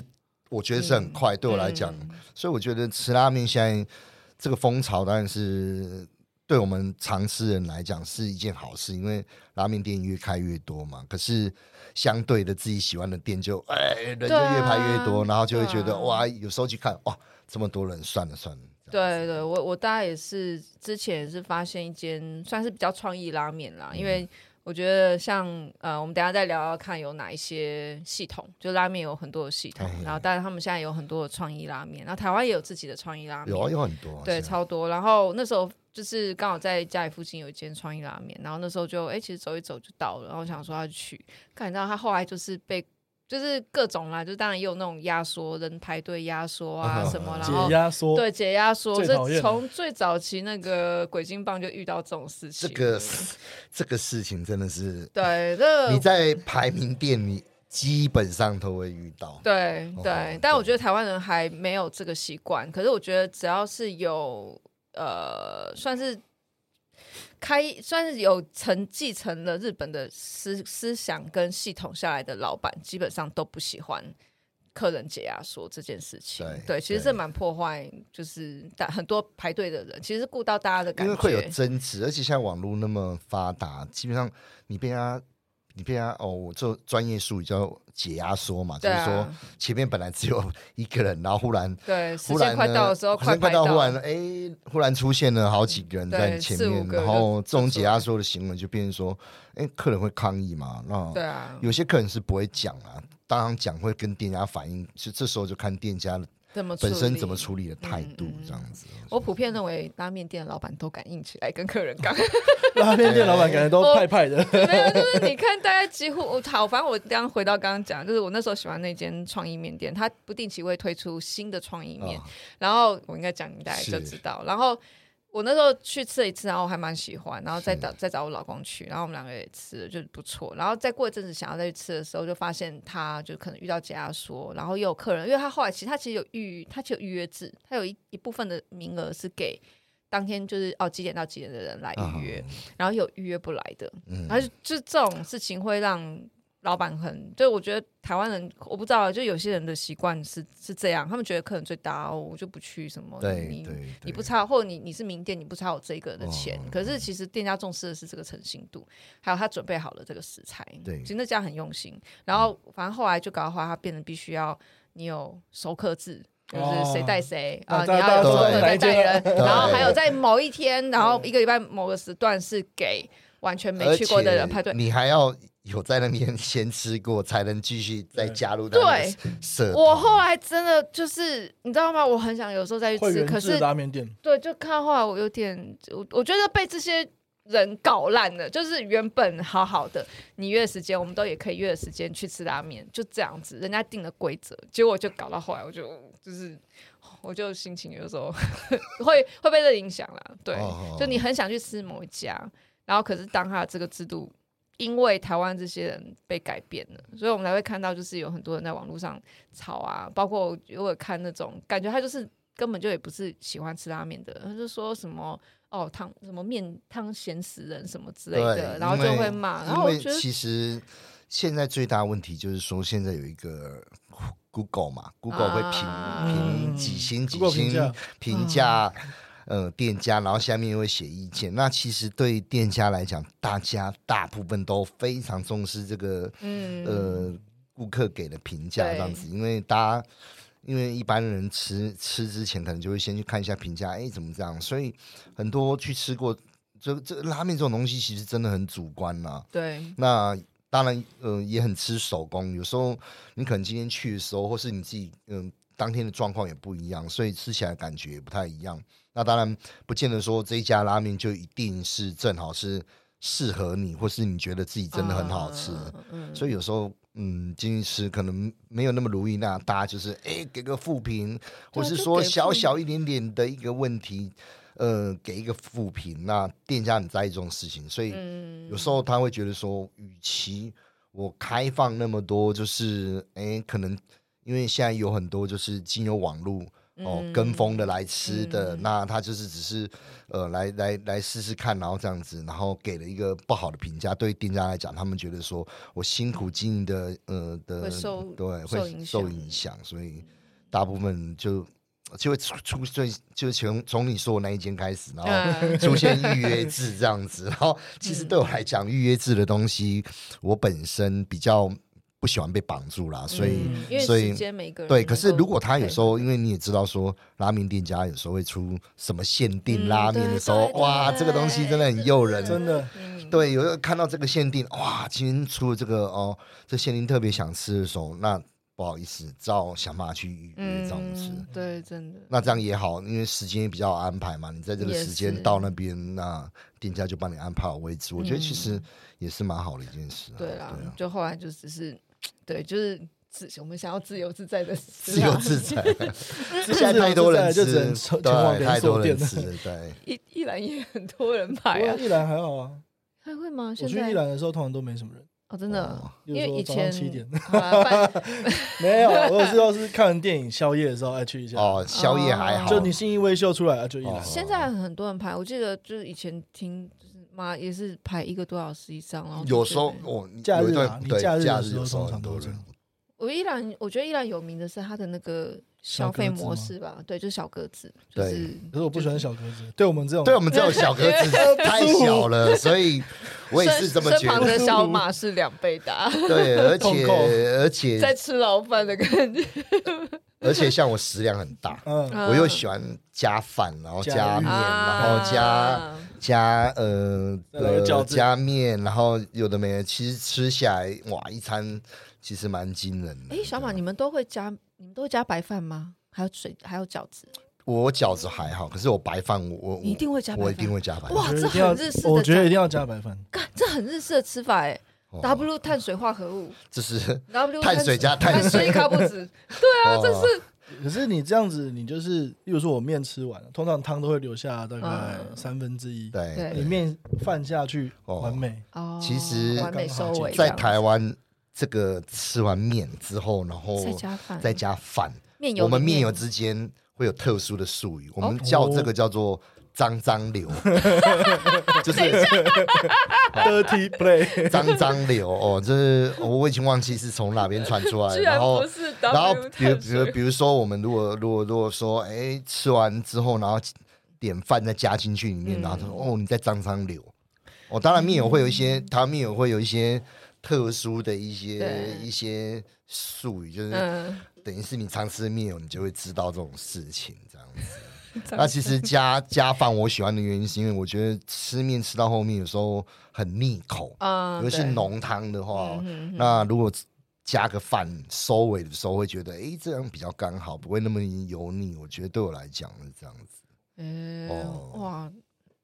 Speaker 3: 我觉得是很快，对我来讲，
Speaker 1: 嗯
Speaker 3: 所以我觉得吃拉面现在这个风潮当然是对我们常吃人来讲是一件好事，因为拉面店越开越多嘛。可是相对的，自己喜欢的店就哎人就
Speaker 1: 对啊
Speaker 3: 越排越多，然后就会觉
Speaker 1: 对
Speaker 3: 得
Speaker 1: 啊
Speaker 3: 哇，有时候去看哇这么多人，算了算了。这样子
Speaker 1: 对对，我我大概也是之前也是发现一间算是比较创意拉面
Speaker 3: 嗯
Speaker 1: 啦，因为我觉得像呃，我们等一下再聊聊看有哪一些系统，就拉面有很多的系统
Speaker 3: 哎，
Speaker 1: 然后但是他们现在有很多的创意拉面，然后台湾也有自己的创意拉面，
Speaker 3: 有啊有很
Speaker 2: 哦
Speaker 3: 多啊
Speaker 1: 对，
Speaker 3: 现在
Speaker 1: 超多。然后那时候就是刚好在家里附近有一间创意拉面，然后那时候就哎、诶其实走一走就到了，然后想说要去，看你知道他后来就是被。就是各种啦，就当然也有那种压缩人排队压缩啊什么，然
Speaker 2: 哦解
Speaker 1: 后
Speaker 2: 压缩，
Speaker 1: 对解压缩，
Speaker 2: 最讨
Speaker 1: 这
Speaker 2: 厌
Speaker 1: 从最早期那个鬼金棒就遇到这种事
Speaker 3: 这
Speaker 1: 情。
Speaker 3: 个这个事情真的是
Speaker 1: 对，这
Speaker 3: 你在排名店里基本上都会遇到。
Speaker 1: 对
Speaker 3: 哦
Speaker 1: 对，但我觉得台湾人还没有这个习惯。可是我觉得只要是有呃，算是开，算是有承继承了日本的思思想跟系统下来的老板，基本上都不喜欢。客人解压缩这件事情，
Speaker 3: 对
Speaker 1: 其实
Speaker 3: 对
Speaker 1: 这蛮破坏，就是大很多排队的人，其实顾到大家的感
Speaker 3: 因为
Speaker 1: 觉，
Speaker 3: 会有争执，而且现在网络那么发达，基本上你被他，你被他哦，我做专业术语叫解压缩嘛，
Speaker 1: 对
Speaker 3: 就是说
Speaker 1: 啊，
Speaker 3: 前面本来只有一个人，然后忽然
Speaker 1: 对，时
Speaker 3: 忽然
Speaker 1: 间快
Speaker 3: 呢
Speaker 1: 到的时候，
Speaker 3: 时间
Speaker 1: 排
Speaker 3: 快到，忽然哎，忽然出现了好几个人在
Speaker 1: 对
Speaker 3: 你前
Speaker 1: 四五
Speaker 3: 面，
Speaker 1: 个
Speaker 3: 然后这种
Speaker 1: 就
Speaker 3: 解压缩的行为就变成说，哎，客人会抗议嘛，那
Speaker 1: 对啊，
Speaker 3: 有些客人是不会讲啊，当然讲会跟店家反映，就这时候就看店家
Speaker 1: 怎么
Speaker 3: 本身
Speaker 1: 理
Speaker 3: 怎么处理的态度
Speaker 1: 嗯嗯
Speaker 3: 这样子。
Speaker 1: 我普遍认为拉面店的老板都敢硬起来跟客人杠，
Speaker 2: 拉面店老板感觉都派派的，
Speaker 1: 没有，就是你看大家几乎我好，反正我刚刚回到刚刚讲，就是我那时候喜欢那间创意面店，它不定期会推出新的创意面，
Speaker 3: 啊
Speaker 1: 然后我应该讲你大家
Speaker 3: 是
Speaker 1: 就知道，然后。我那时候去吃了一次，然后我还蛮喜欢，然后再
Speaker 3: 是
Speaker 1: 找再找我老公去，然后我们两个也吃了，就不错。然后再过一阵子想要再去吃的时候，就发现他就可能遇到解压缩，然后又有客人，因为他后来其实他其实有预他其实有预约制，他有一一部分的名额是给当天就是哦几点到几点的人来预
Speaker 3: 啊
Speaker 1: 约，然后有预约不来的，
Speaker 3: 嗯
Speaker 1: 然后就就这种事情会让老板很，就我觉得台湾人我不知道，啊就有些人的习惯是是这样，他们觉得客人最大哦，我就不去什么，
Speaker 3: 对
Speaker 1: 你
Speaker 3: 对对，
Speaker 1: 你不差，或者你你是名店，你不差我这一个人的钱，
Speaker 3: 哦
Speaker 1: 可是其实店家重视的是这个诚信度，还有他准备好了这个食材，
Speaker 3: 对
Speaker 1: 其实那家很用心。然后反正后来就搞的话，他变得必须要你有熟客制。就是谁带谁
Speaker 2: 哦
Speaker 1: 啊？你
Speaker 2: 大家
Speaker 1: 要有熟客再
Speaker 3: 都
Speaker 2: 来
Speaker 1: 带人，
Speaker 3: 对
Speaker 1: 然后还有在某一天，然后一个礼拜某个时段是给完全没去过的人排队。
Speaker 3: 你还要有在那边先吃过，才能继续再加入到
Speaker 1: 对
Speaker 3: 社团。
Speaker 1: 我后来真的就是，你知道吗？我很想有时候再去
Speaker 2: 会
Speaker 1: 吃，可
Speaker 2: 员制
Speaker 1: 是
Speaker 2: 拉面店，
Speaker 1: 对，就看到后来我有点，我我觉得被这些人搞烂了。就是原本好好的，你约时间，我们都也可以约时间去吃拉面，就这样子，人家定了规则，结果就搞到后来，我就就是。我就心情有时候 (laughs) 会会被这影响啦，对
Speaker 3: 哦
Speaker 1: 就你很想去吃某一家，然后可是当他的这个制度因为台湾这些人被改变了，所以我们才会看到就是有很多人在网络上吵啊，包括我有看那种感觉他就是根本就也不是喜欢吃拉面的，他就说什么哦汤什么面汤咸死人什么之类
Speaker 3: 对，
Speaker 1: 的，然后就
Speaker 3: 因为
Speaker 1: 会骂，然
Speaker 3: 因
Speaker 1: 后我
Speaker 3: 为
Speaker 1: 觉得
Speaker 3: 其实现在最大问题就是说，现在有一个 Google 嘛，Google 会评
Speaker 1: 啊
Speaker 3: 评几星几
Speaker 2: Google 评
Speaker 3: 星
Speaker 2: 价
Speaker 3: 评价。呃，店家，然后下面会写意见。那其实对店家来讲，大家大部分都非常重视这个
Speaker 1: 嗯
Speaker 3: 呃顾客给的评价
Speaker 1: 对
Speaker 3: 这样子，因为大家因为一般人吃吃之前可能就会先去看一下评价，哎，怎么这样？所以很多去吃过这这拉面这种东西，其实真的很主观啦、啊
Speaker 1: 对
Speaker 3: 那当然，嗯、也很吃手工。有时候你可能今天去的时候，或是你自己，嗯、当天的状况也不一样，所以吃起来感觉也不太一样。那当然，不见得说这一家拉面就一定是正好是适合你，或是你觉得自己真的很好吃。
Speaker 1: 嗯，
Speaker 3: 所以有时候，嗯，今天吃可能没有那么如意，那大家就是哎、给个负
Speaker 1: 啊
Speaker 3: 评，或是
Speaker 1: 就
Speaker 3: 说
Speaker 1: 给负
Speaker 3: 小
Speaker 1: 评
Speaker 3: 小一点点的一个问题，呃，给一个负评，那店家很在意这种事情，所以
Speaker 1: 嗯，
Speaker 3: 有时候他会觉得说，与其我开放那么多，就是哎、可能因为现在有很多就是经由网络。哦，跟风的来吃的，
Speaker 1: 嗯
Speaker 3: 那他就是只是，呃，来来来试试看，然后这样子，然后给了一个不好的评价。对店家来讲，他们觉得说我辛苦经营的，呃的，
Speaker 1: 会受
Speaker 3: 对
Speaker 1: 受
Speaker 3: 会
Speaker 1: 影
Speaker 3: 受
Speaker 1: 响
Speaker 3: 影响，所以大部分就就会出出最就从从你说的那一间开始，然后
Speaker 1: 嗯
Speaker 3: (laughs) 出现预约制这样子。然后其实对我来讲，预约制的东西，我本身比较不喜欢被绑住啦，所以。
Speaker 1: 嗯因为
Speaker 3: 所以
Speaker 1: 时间每个人
Speaker 3: 对，
Speaker 1: 能
Speaker 3: 可是
Speaker 1: 够
Speaker 3: 如果他有
Speaker 1: 配
Speaker 3: 时候，因为你也知道说，拉面店家有时候会出什么限定
Speaker 1: 嗯
Speaker 3: 拉面的
Speaker 1: 对
Speaker 3: 时候，
Speaker 1: 对
Speaker 3: 哇，
Speaker 1: 对
Speaker 3: 这个东西真的很诱人，
Speaker 2: 真的
Speaker 1: 嗯
Speaker 3: 对，有时候看到这个限定，哇，今天出了这个哦，这限定特别想吃的时候，那不好意思，只好想办法去预约这样子。
Speaker 1: 嗯对，真的，
Speaker 3: 那这样也好，因为时间也比较安排嘛。你在这个
Speaker 1: 也
Speaker 3: 时间
Speaker 1: 是
Speaker 3: 到那边，那店家就帮你安排好位置。我觉得
Speaker 1: 嗯
Speaker 3: 其实也是蛮好的一件事、啊。
Speaker 1: 对啦
Speaker 3: 啊，
Speaker 1: 就后来就只是，对，就是自我们想要自由自在的
Speaker 3: 自由自在，
Speaker 2: 自
Speaker 3: (laughs) 现在太多人
Speaker 2: 就
Speaker 3: 吃，
Speaker 2: 只能前前往
Speaker 3: 对，
Speaker 2: 连
Speaker 3: 太
Speaker 2: 锁
Speaker 3: 多
Speaker 2: 店
Speaker 3: 人
Speaker 2: 了。
Speaker 3: 吃，
Speaker 2: (laughs)
Speaker 3: 对。
Speaker 1: (laughs) 一一兰也很多人排啊
Speaker 2: 我，一兰还好啊，
Speaker 1: 还会吗？
Speaker 2: 我
Speaker 1: 现
Speaker 2: 去
Speaker 1: 在
Speaker 2: 一兰的时候通常都没什么人，
Speaker 1: 哦，真的
Speaker 3: 哇，
Speaker 2: 比
Speaker 1: 因为
Speaker 2: 如说
Speaker 1: 以
Speaker 2: 早上
Speaker 1: 前
Speaker 2: 七点
Speaker 1: 好啦
Speaker 3: (laughs)
Speaker 1: 半
Speaker 2: 没有，啊我知道是看完电影宵夜的时候爱哎去一下。
Speaker 3: 哦，宵夜还好，
Speaker 2: 就你信义威秀出来啊，就一兰
Speaker 3: 哦。
Speaker 1: 现在很多人排，我记得就是以前听就是妈也是排一个多小时以上，然后就
Speaker 3: 有
Speaker 1: 觉
Speaker 3: 时候
Speaker 1: 得
Speaker 3: 我
Speaker 2: 假
Speaker 3: 有一
Speaker 2: 日啊
Speaker 3: 段
Speaker 2: 你
Speaker 3: 对
Speaker 2: 假日的
Speaker 3: 假日
Speaker 2: 时候
Speaker 3: 有时候
Speaker 2: 通常
Speaker 3: 很
Speaker 2: 都
Speaker 3: 多
Speaker 2: 这
Speaker 3: 人
Speaker 2: 样，
Speaker 1: 我依然我觉得依然有名的是它的那个
Speaker 2: 小
Speaker 1: 消
Speaker 2: 格
Speaker 1: 费
Speaker 2: 子
Speaker 1: 模
Speaker 2: 吗
Speaker 1: 式吧，对，就是小格子，就是
Speaker 2: 可是我不喜欢小格子，对我们这种
Speaker 3: 对我们这种小格
Speaker 2: (laughs)
Speaker 3: 子太小了，所以我也是这么
Speaker 1: 身
Speaker 3: 觉
Speaker 1: 身旁的
Speaker 3: 得。
Speaker 1: 小
Speaker 3: (laughs)
Speaker 1: 马是两倍大，
Speaker 3: 对，而
Speaker 2: 痛
Speaker 3: 且
Speaker 2: 扣
Speaker 3: 而
Speaker 1: 在
Speaker 3: 且
Speaker 1: 吃牢饭的感觉。
Speaker 3: 而且，像我食量很大，
Speaker 2: 嗯，
Speaker 3: (laughs) 我又喜欢加饭，然后加
Speaker 2: 加
Speaker 1: 嗯
Speaker 3: 面，
Speaker 2: 面
Speaker 3: 然后加
Speaker 1: 啊
Speaker 3: 加呃
Speaker 2: 再来个饺
Speaker 3: 呃
Speaker 2: 子
Speaker 3: 加面，然后有的没的，其实吃下来哇，一餐其实蛮惊人的。
Speaker 1: 哎，小马，你们都会加你们都会加白饭吗？还有水，还有饺子，
Speaker 3: 我饺子还好，可是我白饭我我
Speaker 1: 你一定会加白饭。
Speaker 3: 我一定会加白
Speaker 1: 哇
Speaker 3: 饭。
Speaker 2: 我觉
Speaker 1: 哦这
Speaker 2: 得一
Speaker 1: 很
Speaker 2: 定要
Speaker 1: 日式的
Speaker 2: 我觉得一定要加白饭，
Speaker 1: 干，这很日式的吃法哎
Speaker 3: 哦
Speaker 1: ，W 碳水化合物
Speaker 3: 就是
Speaker 1: ，W
Speaker 3: 碳水加
Speaker 1: 碳
Speaker 3: 碳水，
Speaker 1: 卡布子，
Speaker 3: 啊
Speaker 1: 这是
Speaker 2: 可是你这样子，你就是，例如说我面吃完了，通常汤都会留下大概
Speaker 1: 嗯
Speaker 2: 三分之一，
Speaker 3: 对
Speaker 1: 对
Speaker 2: 你面饭下去
Speaker 3: 哦
Speaker 2: 完美，
Speaker 1: (laughs) 哦，
Speaker 3: 其实
Speaker 1: 完美收尾，
Speaker 3: 在台湾这个吃完面之后，然后
Speaker 1: 再加饭，
Speaker 3: 再加饭，
Speaker 1: 面油
Speaker 3: 我
Speaker 1: 里
Speaker 3: 们面
Speaker 1: 面哦
Speaker 3: 友之间会有特殊的术语，我们叫这个叫做“脏脏
Speaker 1: (laughs)
Speaker 3: 流”，就是
Speaker 2: ，dirty play，
Speaker 3: “脏脏流”哦，就是我已经忘记是从哪边传出来，
Speaker 1: (laughs) 居然
Speaker 3: 然后
Speaker 1: 不。是
Speaker 3: 然后
Speaker 1: W
Speaker 3: 比如
Speaker 1: 碳
Speaker 3: 比如
Speaker 1: 水，
Speaker 3: 比如说，我们如果如果如果说，哎，吃完之后，然后点饭再加进去里面，
Speaker 1: 嗯
Speaker 3: 然后他说，哦，你在脏脏流。哦，当然面友会有一些，他面友会有一些特殊的一些
Speaker 1: 对
Speaker 3: 一些术语，就是
Speaker 1: 嗯，
Speaker 3: 等于是你常吃面友，你就会知道这种事情这样子。
Speaker 1: (laughs) 脏
Speaker 3: 那其实加加饭我喜欢的原因，是因为我觉得吃面吃到后面有时候很腻口，
Speaker 1: 啊，
Speaker 3: 尤其是
Speaker 1: 对
Speaker 3: 浓啊汤的话
Speaker 1: 嗯，哼哼
Speaker 3: 那如果加个饭收尾的时候，会觉得诶这样比较刚好，不会那么油腻。我觉得对我来讲是这样子，
Speaker 1: 嗯
Speaker 3: 哦
Speaker 1: 哇，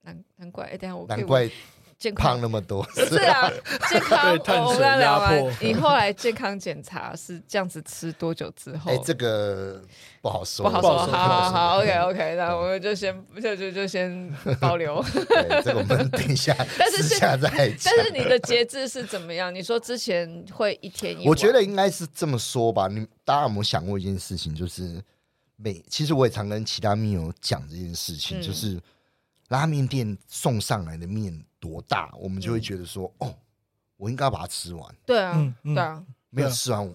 Speaker 1: 难难怪，哎，等一下我可以
Speaker 3: 难怪
Speaker 1: 健康
Speaker 3: 胖那么多。
Speaker 1: 不是
Speaker 3: (laughs)
Speaker 1: 啊，健康哦
Speaker 2: 对碳
Speaker 1: 我我
Speaker 2: 水
Speaker 1: 们刚聊
Speaker 2: 压
Speaker 1: 完
Speaker 2: 迫，
Speaker 1: 你后来健康检查是这样子吃多久之后？
Speaker 3: 哎，这个不好说，
Speaker 1: 不好
Speaker 2: 不
Speaker 1: 说，
Speaker 2: 好
Speaker 1: 好
Speaker 2: 说
Speaker 1: 好好，OK OK，那我们就先就就就先保留。，
Speaker 3: 对这个我们等一下
Speaker 1: (laughs) 但是
Speaker 3: 私
Speaker 1: 现
Speaker 3: 下再讲
Speaker 1: 但。是你的节制是怎么样？你说之前会一天一，
Speaker 3: 我觉得应该是这么说吧。你大家有没有想过一件事情，就是每其实我也常跟其他面友讲这件事
Speaker 1: 嗯
Speaker 3: 情，就是拉面店送上来的面多大，我们就
Speaker 1: 嗯
Speaker 3: 会觉得说，哦，我应该把它吃完，
Speaker 1: 对啊
Speaker 2: 嗯，嗯
Speaker 1: 对啊，
Speaker 3: 没有吃完，我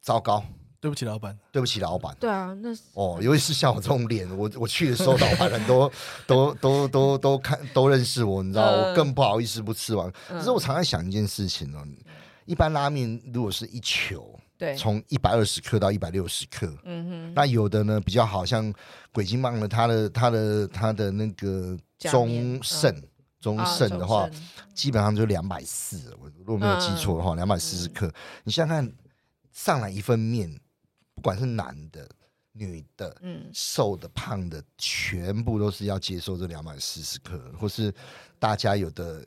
Speaker 3: 糟糕，
Speaker 2: (laughs) 对不起老板，
Speaker 3: 对不起老板。
Speaker 1: 对啊，那是
Speaker 3: 哦，尤其是像我这种脸，我我去
Speaker 1: (laughs)
Speaker 3: 的时候，老板很多都都都都看都认识我，你知道，
Speaker 1: 嗯
Speaker 3: 我更不好意思不吃完。
Speaker 1: 嗯
Speaker 3: 可是我常常想一件事情哦，一般拉面如果是一球，
Speaker 1: 对，
Speaker 3: 从一百二十克到一百六十克。
Speaker 1: 嗯
Speaker 3: 那有的呢比较好，像鬼金棒的，它的它的它的那个
Speaker 1: 假面嗯
Speaker 3: 中肾中
Speaker 1: 啊
Speaker 3: 盛的话，
Speaker 1: 中盛
Speaker 3: 基本上就两百四，我如果没有记错
Speaker 1: 嗯
Speaker 3: 的话，两百四十克。你想想看，上来一份面，不管是男的、女的、
Speaker 1: 嗯，
Speaker 3: 瘦的、胖的，全部都是要接受这两百四十克，或是大家有的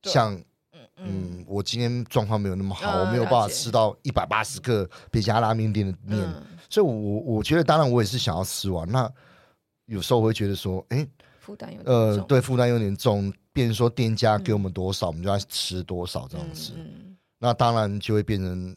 Speaker 1: 对
Speaker 3: 像
Speaker 1: 嗯嗯
Speaker 3: 嗯，我今天状况没有那么好，
Speaker 1: 嗯
Speaker 3: 我没有办法
Speaker 1: 了解
Speaker 3: 吃到一百八十克别家拉面店的面，
Speaker 1: 嗯，
Speaker 3: 所以我我我觉得，当然我也是想要吃完。那有时候我会觉得说，哎、
Speaker 1: 负担有点
Speaker 3: 呃，
Speaker 1: 重，
Speaker 3: 对，负担有点重，变成说店家给我们多少，我们就要吃多少这样
Speaker 1: 嗯
Speaker 3: 子。
Speaker 1: 嗯，
Speaker 3: 那当然就会变成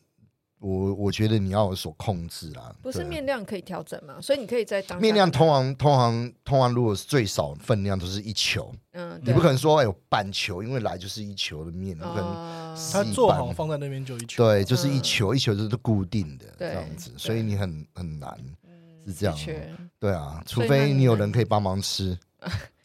Speaker 3: 我我觉得你要有所控制啦。
Speaker 1: 不是
Speaker 3: 对啊
Speaker 1: 面量可以调整嘛，所以你可以在当下
Speaker 3: 面量通常通常通常如果是最少分量都是一球，
Speaker 1: 嗯，
Speaker 3: 你
Speaker 1: 对
Speaker 3: 不可能说哎有半球，因为来就是一球的面，你不可能
Speaker 1: 啊
Speaker 2: 它
Speaker 3: 是一
Speaker 2: 做
Speaker 3: 半
Speaker 2: 好放在那边就一圈，
Speaker 3: 对，就是一
Speaker 1: 嗯
Speaker 3: 球、一球就是固定的这
Speaker 1: 对
Speaker 3: 样子，
Speaker 1: 对
Speaker 3: 所以你很很难，
Speaker 1: 嗯
Speaker 3: 是这样
Speaker 1: 的确
Speaker 3: 对啊，除
Speaker 1: 所以那
Speaker 3: 非
Speaker 1: 你
Speaker 3: 你有
Speaker 1: 能
Speaker 3: 人可以帮忙吃，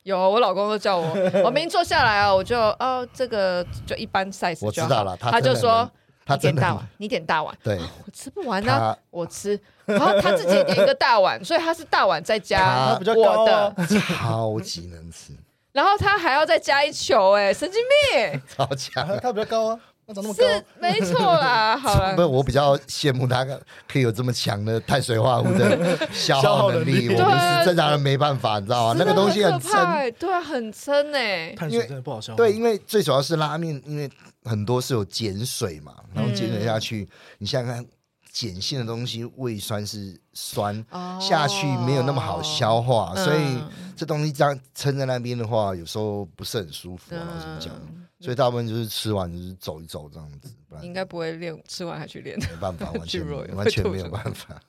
Speaker 1: 有，我老公都叫
Speaker 3: (laughs)
Speaker 1: 我，我明明坐下来啊，我就哦，这个就一般 size
Speaker 3: 我知
Speaker 1: 就好
Speaker 3: 道了他
Speaker 1: 他就
Speaker 3: 真的
Speaker 1: 说
Speaker 3: 能他
Speaker 1: 你点
Speaker 3: 真的
Speaker 1: 大
Speaker 3: 很
Speaker 1: 碗，你点大碗，(laughs)
Speaker 3: 对
Speaker 1: 我吃不完啊呢、
Speaker 3: 他
Speaker 1: 我吃，然后他自己点一个大碗，所以他是大碗再
Speaker 3: 他
Speaker 1: 加
Speaker 2: 比较高
Speaker 1: 我
Speaker 2: 啊
Speaker 1: 的，
Speaker 3: 超级能吃，
Speaker 1: 然后他还要再加一球、哎，神经病，
Speaker 3: 超
Speaker 1: (laughs)
Speaker 3: 强。
Speaker 2: 它它比较高啊，它长那么高，
Speaker 1: 是没错
Speaker 3: (laughs)
Speaker 1: 啦，好了
Speaker 3: 不是，，我比较羡慕他可以有这么强的碳水化合
Speaker 1: (laughs)
Speaker 3: 物的消
Speaker 2: 消
Speaker 3: 耗
Speaker 2: 耗
Speaker 3: 能
Speaker 2: 能
Speaker 3: 力，
Speaker 2: 力
Speaker 3: 我
Speaker 1: 对
Speaker 3: 们
Speaker 1: 啊
Speaker 3: 是正常人没办法，你知道吗？哦那个东西
Speaker 1: 真的很
Speaker 3: 很
Speaker 1: 可怕、
Speaker 3: 撑。
Speaker 1: 哎对啊，很撑哎、
Speaker 2: 碳水真的不好消化。
Speaker 3: 对，因为最主要是拉面，因为很多是有碱水嘛，然后碱
Speaker 1: 嗯
Speaker 3: 水下去，你想想看，碱性的东西胃酸是酸，
Speaker 1: 哦嗯
Speaker 3: 下去没有那么好消化，所以这东西这样撑在那边的话，有时候不是很舒服啊，老实讲。
Speaker 1: 嗯
Speaker 3: 所以大部分就是吃完就是走一走这样子，不然
Speaker 1: 应
Speaker 3: 没
Speaker 1: 该不会练，吃完还去练。
Speaker 3: 办
Speaker 1: (laughs)
Speaker 3: 法，完
Speaker 1: 去肉也
Speaker 3: 全
Speaker 1: 会
Speaker 3: 完全
Speaker 1: 吐
Speaker 3: 没有
Speaker 1: 出
Speaker 3: 办法。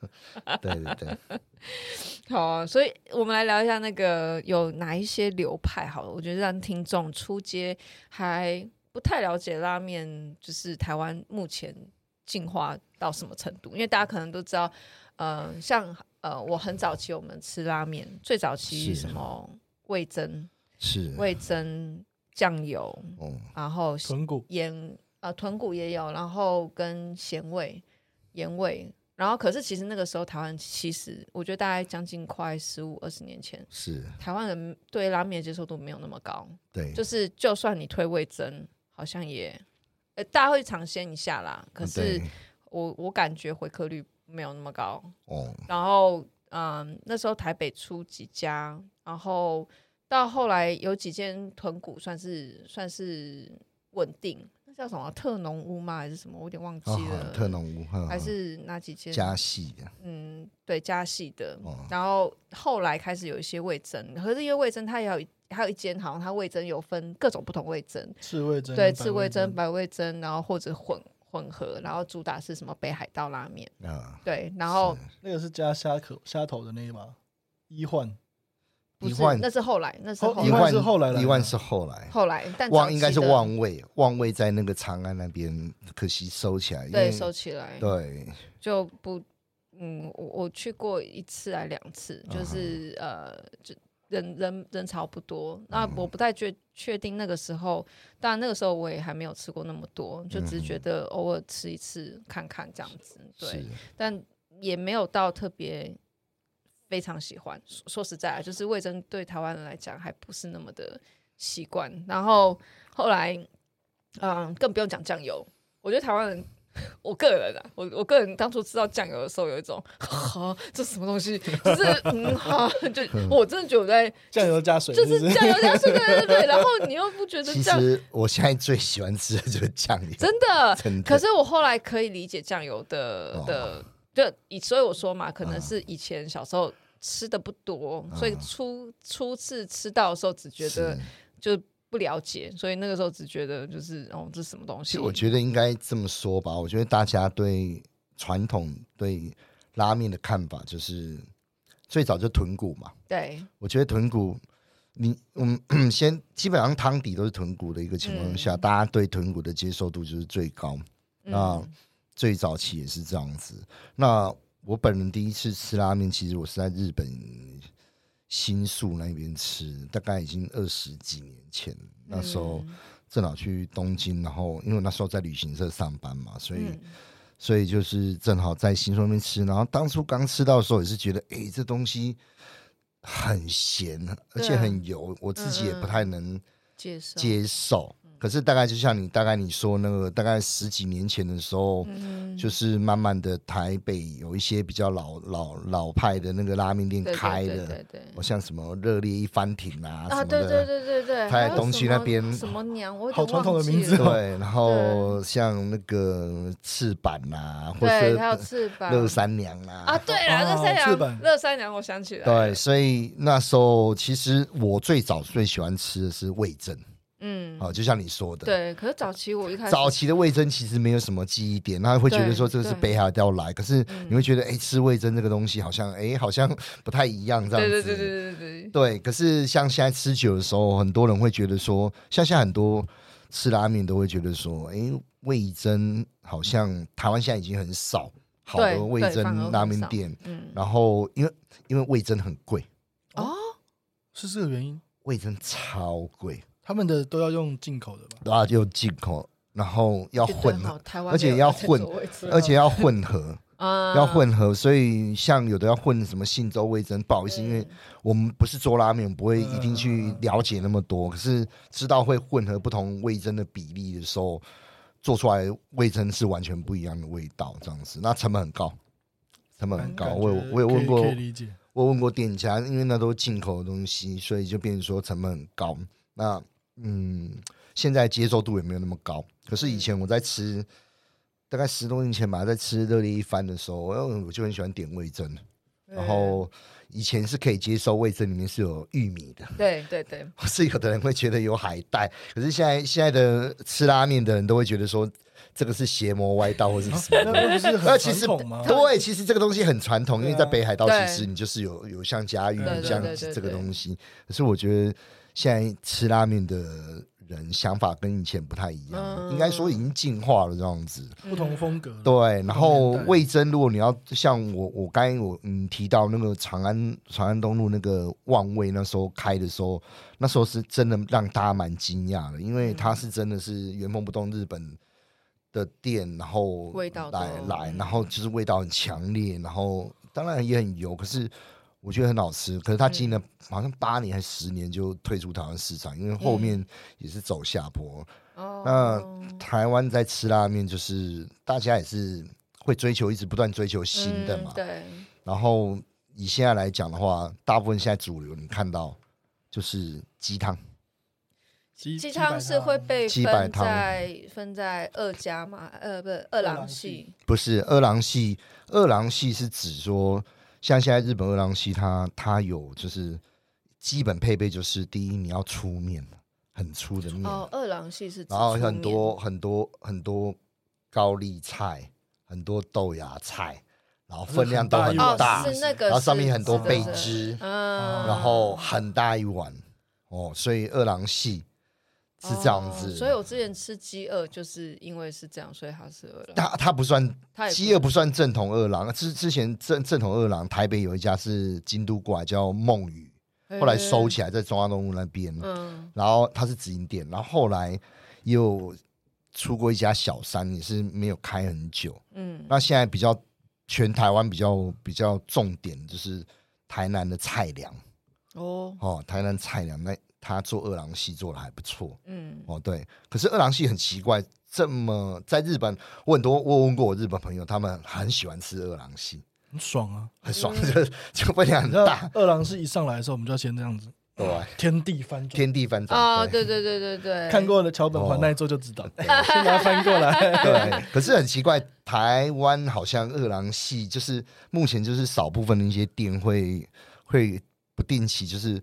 Speaker 3: (laughs) 对对对，
Speaker 1: 好啊，所以我们来聊一下那个有哪一些流派好了，我觉得让听众出街还不太了解拉面，就是台湾目前进化到什么程度？因为大家可能都知道，呃，像呃，我很早期我们吃拉面，最早期
Speaker 3: 是
Speaker 1: 什么味增、
Speaker 3: 是，
Speaker 1: 味增酱油，
Speaker 3: 嗯，
Speaker 1: 然后
Speaker 2: 豚骨
Speaker 1: 盐啊，豚骨也有，然后跟咸味、盐味，然后可是其实那个时候台湾其实我觉得大概将近快十五二十年前，
Speaker 3: 是
Speaker 1: 台湾人对拉面的接受度没有那么高，
Speaker 3: 对，
Speaker 1: 就是就算你推味增，好像也呃大家会尝鲜一下啦，可是
Speaker 3: 嗯对
Speaker 1: 我我感觉回客率没有那么高，
Speaker 3: 哦，
Speaker 1: 然后嗯，那时候台北出几家，然后到后来有几间豚骨算是算是稳定，那叫什么特浓屋吗？还是什么？我有点忘记
Speaker 3: 哦
Speaker 1: 了。
Speaker 3: 特浓屋嗯
Speaker 1: 还
Speaker 3: 嗯
Speaker 1: 是哪几间？
Speaker 3: 加戏的，
Speaker 1: 嗯，对，加系的。
Speaker 3: 哦
Speaker 1: 然后后来开始有一些味增，可是因为味增它也有一还有一间，好像它味增有分各种不同味增，
Speaker 2: 刺味针，
Speaker 1: 对，
Speaker 2: 百
Speaker 1: 刺味增、
Speaker 2: 针，
Speaker 1: 白味增，然后或者混混合，然后主打是什么北海道拉面，
Speaker 3: 啊，
Speaker 1: 对，然后
Speaker 2: 那个是加虾壳虾头的那一把一换，
Speaker 1: 不
Speaker 3: 一
Speaker 1: 是，
Speaker 3: 换
Speaker 1: 那是后来，那是
Speaker 2: 后
Speaker 1: 后
Speaker 2: 一
Speaker 3: 一
Speaker 1: 来
Speaker 2: 万
Speaker 3: 万
Speaker 2: 是后来来的
Speaker 3: 一万是后来，
Speaker 1: 后来，但早
Speaker 3: 望
Speaker 1: 期
Speaker 3: 应该是
Speaker 1: 的
Speaker 3: 望位，望位在那个长安那边，可惜收起来，因
Speaker 1: 对
Speaker 3: 为
Speaker 1: 收起来，
Speaker 3: 嗯对
Speaker 1: 就不，嗯，我我去过一次还两
Speaker 3: 啊
Speaker 1: 次，就是、呃，就人人人潮不多，
Speaker 3: 嗯
Speaker 1: 那我不太确确定那个时候，当然那个时候我也还没有吃过那么多，就只是觉
Speaker 3: 嗯
Speaker 1: 得偶尔吃一次看看这样子，对
Speaker 3: 是，，
Speaker 1: 但也没有到特别。非常喜欢，说说实在啊，就是味增对台湾人来讲还不是那么的习惯。然后后来，嗯，更不用讲酱油。我觉得台湾人， (laughs) 我个人啊，我我个人当初吃到酱油的时候，有一种， (laughs) 哈，这什么东西？就是 (laughs) 嗯哈，就我真的觉得我在
Speaker 2: 酱油加水，
Speaker 1: 就是是
Speaker 2: 不是
Speaker 1: 酱油加水，对对对，然后你又不觉得
Speaker 3: 其
Speaker 1: 酱
Speaker 3: 实我现在最喜欢吃的就是酱油，
Speaker 1: 真的
Speaker 3: 真的
Speaker 1: 可是我后来可以理解酱油的
Speaker 3: 哦
Speaker 1: 的，就以所以我说嘛，可能是以前小时候吃的不多，所以初初次吃到的时候只觉得
Speaker 3: 嗯是
Speaker 1: 就不了解，所以那个时候只觉得就是哦，这是什么东西？
Speaker 3: 其实我觉得应该这么说吧，我觉得大家对传统对拉面的看法就是最早就豚骨嘛，
Speaker 1: 对，
Speaker 3: 我觉得豚骨，你我们先基本上汤底都是豚骨的一个情况下，大家对豚骨的接受度就是最高。那
Speaker 1: 嗯
Speaker 3: 最早期也是这样子。那我本人第一次吃拉面，其实我是在日本新宿那边吃，大概已经二十几年前。那时候
Speaker 1: 嗯
Speaker 3: 正好去东京，然后因为我那时候在旅行社上班嘛，所以、
Speaker 1: 嗯
Speaker 3: 所以就是正好在新宿那边吃。然后当初刚吃到的时候，也是觉得，诶，这
Speaker 1: 啊嗯
Speaker 3: 东西很咸，而且很油，我自己也不太能
Speaker 1: 接受，
Speaker 3: 接受。
Speaker 1: 嗯
Speaker 3: 可是大概就像你大概你说那个，大概十几年前的时候，
Speaker 1: 嗯
Speaker 3: 就是慢慢的台北有一些比较老老老派的那个拉面店
Speaker 1: 对对
Speaker 3: 开
Speaker 1: 对
Speaker 3: 了，
Speaker 1: 对对
Speaker 3: 哦像什么热烈一番亭啊什
Speaker 1: 啊，
Speaker 3: 么
Speaker 1: 对对
Speaker 3: 的，
Speaker 1: 对对对，还
Speaker 3: 台
Speaker 1: 有
Speaker 3: 东
Speaker 1: 什
Speaker 3: 区那
Speaker 1: 么
Speaker 3: 边
Speaker 1: 什么娘，我有
Speaker 2: 好
Speaker 1: 点
Speaker 2: 传统的
Speaker 1: 忘
Speaker 2: 名
Speaker 1: 记
Speaker 2: 字
Speaker 1: 了 (laughs)
Speaker 2: 哦
Speaker 3: 对，然后像那个赤坂啊，或
Speaker 1: 对，还有
Speaker 3: 是
Speaker 1: 翅膀
Speaker 3: 乐三娘啊，
Speaker 1: 啊，对啦，
Speaker 2: 哦
Speaker 1: 乐山
Speaker 2: 翅
Speaker 1: 羊，
Speaker 2: 膀
Speaker 1: 乐山羊，我想起来，
Speaker 3: 对，，所以那时候其实我最早最喜欢吃的是味噌，
Speaker 1: 嗯，
Speaker 3: 哦，就像你说的，
Speaker 1: 对，可是早期我一开始
Speaker 3: 早期的味噌其实没有什么记忆点，他会觉得说这个是
Speaker 1: 对
Speaker 3: 北海道来，可是
Speaker 1: 嗯
Speaker 3: 你会觉得，哎、吃味噌这个东西好像，哎、好像不太一样这样
Speaker 1: 对
Speaker 3: 子。
Speaker 1: 对对对对对对，
Speaker 3: 对可是像现在吃酒的时候，很多人会觉得说，像现在很多吃拉面都会觉得说，哎、味噌好像台湾现在已经很少好
Speaker 1: 对
Speaker 3: 的味
Speaker 1: 对反而
Speaker 3: 噌
Speaker 1: 很
Speaker 3: 拉面
Speaker 1: 少
Speaker 3: 店，
Speaker 1: 嗯，
Speaker 3: 然后因为因为味噌很贵，
Speaker 1: 哦，
Speaker 2: 是这个原因，
Speaker 3: 味噌超贵，
Speaker 2: 他们的都要用进口的吧？
Speaker 3: 然后就进口，然后要
Speaker 1: 对对
Speaker 3: 混
Speaker 1: 好哦
Speaker 3: 合，
Speaker 1: 台湾
Speaker 3: 而且
Speaker 1: 没有
Speaker 3: 要
Speaker 1: 这
Speaker 3: 混
Speaker 1: 种位置
Speaker 3: 而且要
Speaker 1: (laughs)
Speaker 3: 混合。
Speaker 1: 啊
Speaker 3: 要混合，所以像有的要混什么信州味噌，不好意思，因为我们不是做拉面，我们不会
Speaker 2: 嗯
Speaker 3: 一定去了解那么多。可是知道会混合不同味噌的比例的时候，做出来味噌是完全不一样的味道，这样子，那成本很高，成本很高。
Speaker 2: 感觉
Speaker 3: 我有我有
Speaker 2: 可以
Speaker 3: 问过
Speaker 2: 可以理解。
Speaker 3: 我问过店家，因为那都是进口的东西，所以就变成说成本很高。那嗯，现在接受度也没有那么高。可是以前我在吃，大概十多年前吧，在吃热力一番的时候，我我就很喜欢点味噌。
Speaker 1: 嗯
Speaker 3: 然后以前是可以接受味噌里面是有玉米的， (laughs)
Speaker 1: 对对对，
Speaker 3: 或是有的人会觉得有海带。可是现在现在的吃拉面的人都会觉得说这个是邪魔歪道或是什么
Speaker 2: 那 (laughs)
Speaker 3: 的。
Speaker 2: 啊那不是
Speaker 3: 那 (laughs)
Speaker 2: 很
Speaker 3: 其
Speaker 2: 传
Speaker 3: 实
Speaker 2: 统吗？
Speaker 3: 对，其实这个东西很传统，因
Speaker 2: 对啊
Speaker 3: 为在北海道
Speaker 1: 对
Speaker 3: 其实你就是有有像家玉
Speaker 1: 对对
Speaker 3: 像
Speaker 1: 对对
Speaker 3: 这个
Speaker 1: 对
Speaker 3: 东西。可是我觉得现在吃拉面的人想法跟以前不太一样了，
Speaker 1: 嗯
Speaker 3: 应该说已经进化了这样子。
Speaker 2: 不同风格。
Speaker 3: 对，然后
Speaker 2: 年代
Speaker 3: 味增，如果你要像我，我刚才我嗯提到那个长安长安东路那个万味那时候开的时候，那时候是真的让大家蛮惊讶的，因为它是真的是原封不动日本的店，然后
Speaker 1: 味道都
Speaker 3: 来来，
Speaker 1: 嗯
Speaker 3: 然后就是味道很强烈，然后当然也很油，可是。我觉得很好吃，可是它经了好像八年还十年就退出台湾市场，因为后面也是走下坡。
Speaker 1: 哦，
Speaker 3: 那台湾在吃拉面，就是大家也是会追求，一直不断追求新的
Speaker 1: 嗯
Speaker 3: 嘛。
Speaker 1: 对，
Speaker 3: 然后以现在来讲的话，大部分现在主流你看到就是鸡汤，
Speaker 2: 鸡
Speaker 1: 鸡汤是会被
Speaker 3: 鸡白
Speaker 1: 分
Speaker 3: 汤
Speaker 1: 在分在二家嘛，呃，不是二郎
Speaker 2: 郎
Speaker 1: 系，
Speaker 3: 不是二郎系。二郎系是指说，像现在日本二郎系它，它有就是基本配备，就是第一你要粗面，很粗的面，
Speaker 1: 哦，二郎系是指
Speaker 3: 嗯然后
Speaker 1: 粗
Speaker 3: 很多
Speaker 1: 面
Speaker 3: 很多很多高丽菜，很多豆芽菜，然后
Speaker 2: 就是
Speaker 3: 分量都
Speaker 2: 很大
Speaker 3: 很
Speaker 2: 一
Speaker 1: 哦
Speaker 2: 碗
Speaker 3: 大，
Speaker 1: 是那个，
Speaker 3: 然后上面很多
Speaker 2: 是
Speaker 3: 贝
Speaker 2: 是是
Speaker 3: 汁，
Speaker 1: 嗯，
Speaker 3: 然后很大一碗哦，所以二郎系是这样子。
Speaker 1: 哦所以我之前吃鸡二就是因为是这样，所以它是二郎，
Speaker 3: 它它不算
Speaker 1: 它也
Speaker 3: 鸡二
Speaker 1: 不
Speaker 3: 不算正统二郎，之之前正正统二郎台北有一家是京都过来叫梦雨，
Speaker 1: 是
Speaker 3: 后来收，起来在中央东路那边，
Speaker 1: 嗯
Speaker 3: 然后它是直营店，然后后来又出过一家小三，也是没有开很久。
Speaker 1: 嗯，
Speaker 3: 那现在比较全台湾比较比较重点就是台南的菜粮。
Speaker 1: 哦，
Speaker 3: 哦，台南菜粮那他做二郎系做的还不错
Speaker 1: 嗯，
Speaker 3: 哦，对。可是二郎系很奇怪，这么在日本，我很多我问过我日本朋友，他们很喜欢吃二郎系，
Speaker 2: 很爽啊！
Speaker 1: 嗯
Speaker 3: 很爽，就是就分量
Speaker 2: 你
Speaker 3: 很
Speaker 2: 知道
Speaker 3: 大，
Speaker 2: 二郎是一上来的时候，我们就要先这样子，
Speaker 3: 对，
Speaker 2: 天地翻转。
Speaker 3: 天地翻转
Speaker 1: 啊，对对对对对，
Speaker 2: 看过的桥本
Speaker 3: 哦
Speaker 2: 环奈做就知道，先把它翻过来。
Speaker 3: (laughs) 对，可是很奇怪，台湾好像二郎系就是目前就是少部分的一些店会会不定期就是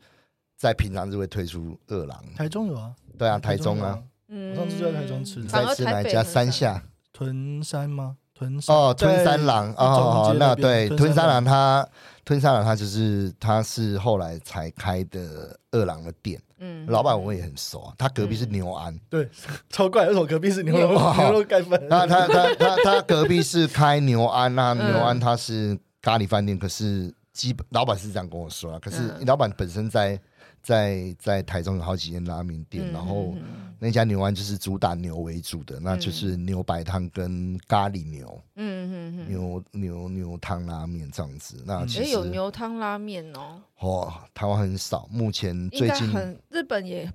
Speaker 3: 在平常就会推出二郎，
Speaker 2: 台中有啊，
Speaker 3: 对啊，台中啊，
Speaker 1: 嗯，
Speaker 2: 我上次就在台中吃
Speaker 3: 你
Speaker 2: 的
Speaker 1: 反
Speaker 3: 在
Speaker 1: 而
Speaker 3: 吃哪
Speaker 1: 台
Speaker 3: 一
Speaker 1: 北
Speaker 3: 家
Speaker 1: 很
Speaker 3: 山
Speaker 1: 少
Speaker 3: 下？
Speaker 2: 屯山吗？屯山
Speaker 3: 哦，
Speaker 2: 在
Speaker 3: 吞三郎哦，
Speaker 2: 中街
Speaker 3: 那
Speaker 2: 那
Speaker 3: 对
Speaker 2: 边
Speaker 3: 吞
Speaker 2: 吞
Speaker 3: 三
Speaker 2: 三
Speaker 3: 郎
Speaker 2: 郎
Speaker 3: 他吞三郎他就是他是后来才开的二郎的店，
Speaker 1: 嗯，
Speaker 3: 老板我也很熟啊，他隔壁是牛安，
Speaker 2: 对，超怪，为什么隔壁是牛肉
Speaker 3: 哇
Speaker 2: (laughs) 牛肉盖饭？
Speaker 3: 那 (laughs) 他他他他隔壁是开牛安啊，
Speaker 1: 嗯
Speaker 3: 牛安他是咖喱饭店，可是基本老板是这样跟我说啊，可是
Speaker 1: 嗯
Speaker 3: 老板本身在在在台中有好几间拉面店，
Speaker 1: 嗯
Speaker 3: 然后
Speaker 1: 嗯嗯
Speaker 3: 那家牛安就是主打牛为主的，那就是牛白汤跟咖喱牛
Speaker 1: 嗯嗯嗯，
Speaker 3: 牛牛牛汤拉面这样子，那其
Speaker 1: 哎，
Speaker 3: 实
Speaker 1: 有牛汤拉面哦，
Speaker 3: 哦，台湾很少，目前
Speaker 1: 应
Speaker 3: 最
Speaker 1: 该
Speaker 3: 近
Speaker 1: 很日本也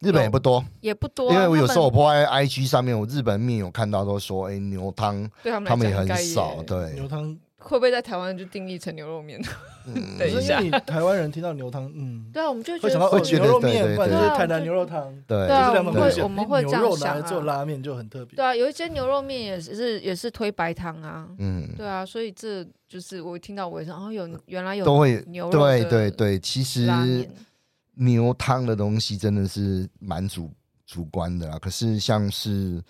Speaker 3: 日本也不多，
Speaker 1: 也不多啊、
Speaker 3: 因为我有时候我
Speaker 1: 他们
Speaker 3: 播在 IG 上面，我日本面有看到都说，哎、牛汤
Speaker 1: 对他们
Speaker 3: 他们
Speaker 1: 来
Speaker 3: 也
Speaker 1: 讲
Speaker 3: 很
Speaker 1: 应该也
Speaker 3: 少，对，
Speaker 2: 牛汤，
Speaker 1: 会不会在台湾就定义成牛肉
Speaker 3: (laughs)
Speaker 1: 面？
Speaker 3: 嗯
Speaker 1: (laughs) 等一
Speaker 2: 可是
Speaker 1: 下
Speaker 2: 因为你台湾人听到牛汤，嗯，
Speaker 1: 对啊，我们就
Speaker 2: 会
Speaker 1: 觉
Speaker 2: 想
Speaker 1: 得
Speaker 2: 到哦
Speaker 3: 会觉
Speaker 2: 牛
Speaker 3: 得
Speaker 2: 肉
Speaker 3: 对
Speaker 2: 面，
Speaker 3: 对
Speaker 2: 不然就是
Speaker 1: 对
Speaker 2: 台南牛肉汤，
Speaker 1: 对啊
Speaker 3: 对，
Speaker 2: 这两种
Speaker 3: 我们
Speaker 2: 东
Speaker 3: 会
Speaker 2: 西。
Speaker 1: 我们会
Speaker 2: 牛
Speaker 1: 这样
Speaker 2: 肉
Speaker 1: 想啊
Speaker 2: 拿来做拉面就很特别。
Speaker 1: 对啊，有一间牛肉面也是也是推白汤啊，
Speaker 3: 嗯，
Speaker 1: 对啊，所以这就是我听到我也是哦，有原来有
Speaker 3: 都会，
Speaker 1: 牛肉
Speaker 3: 对
Speaker 1: 的
Speaker 3: 对对，其
Speaker 1: 拉
Speaker 3: 实
Speaker 1: 面
Speaker 3: 牛汤的东西真的是蛮主主观的啦。可是像是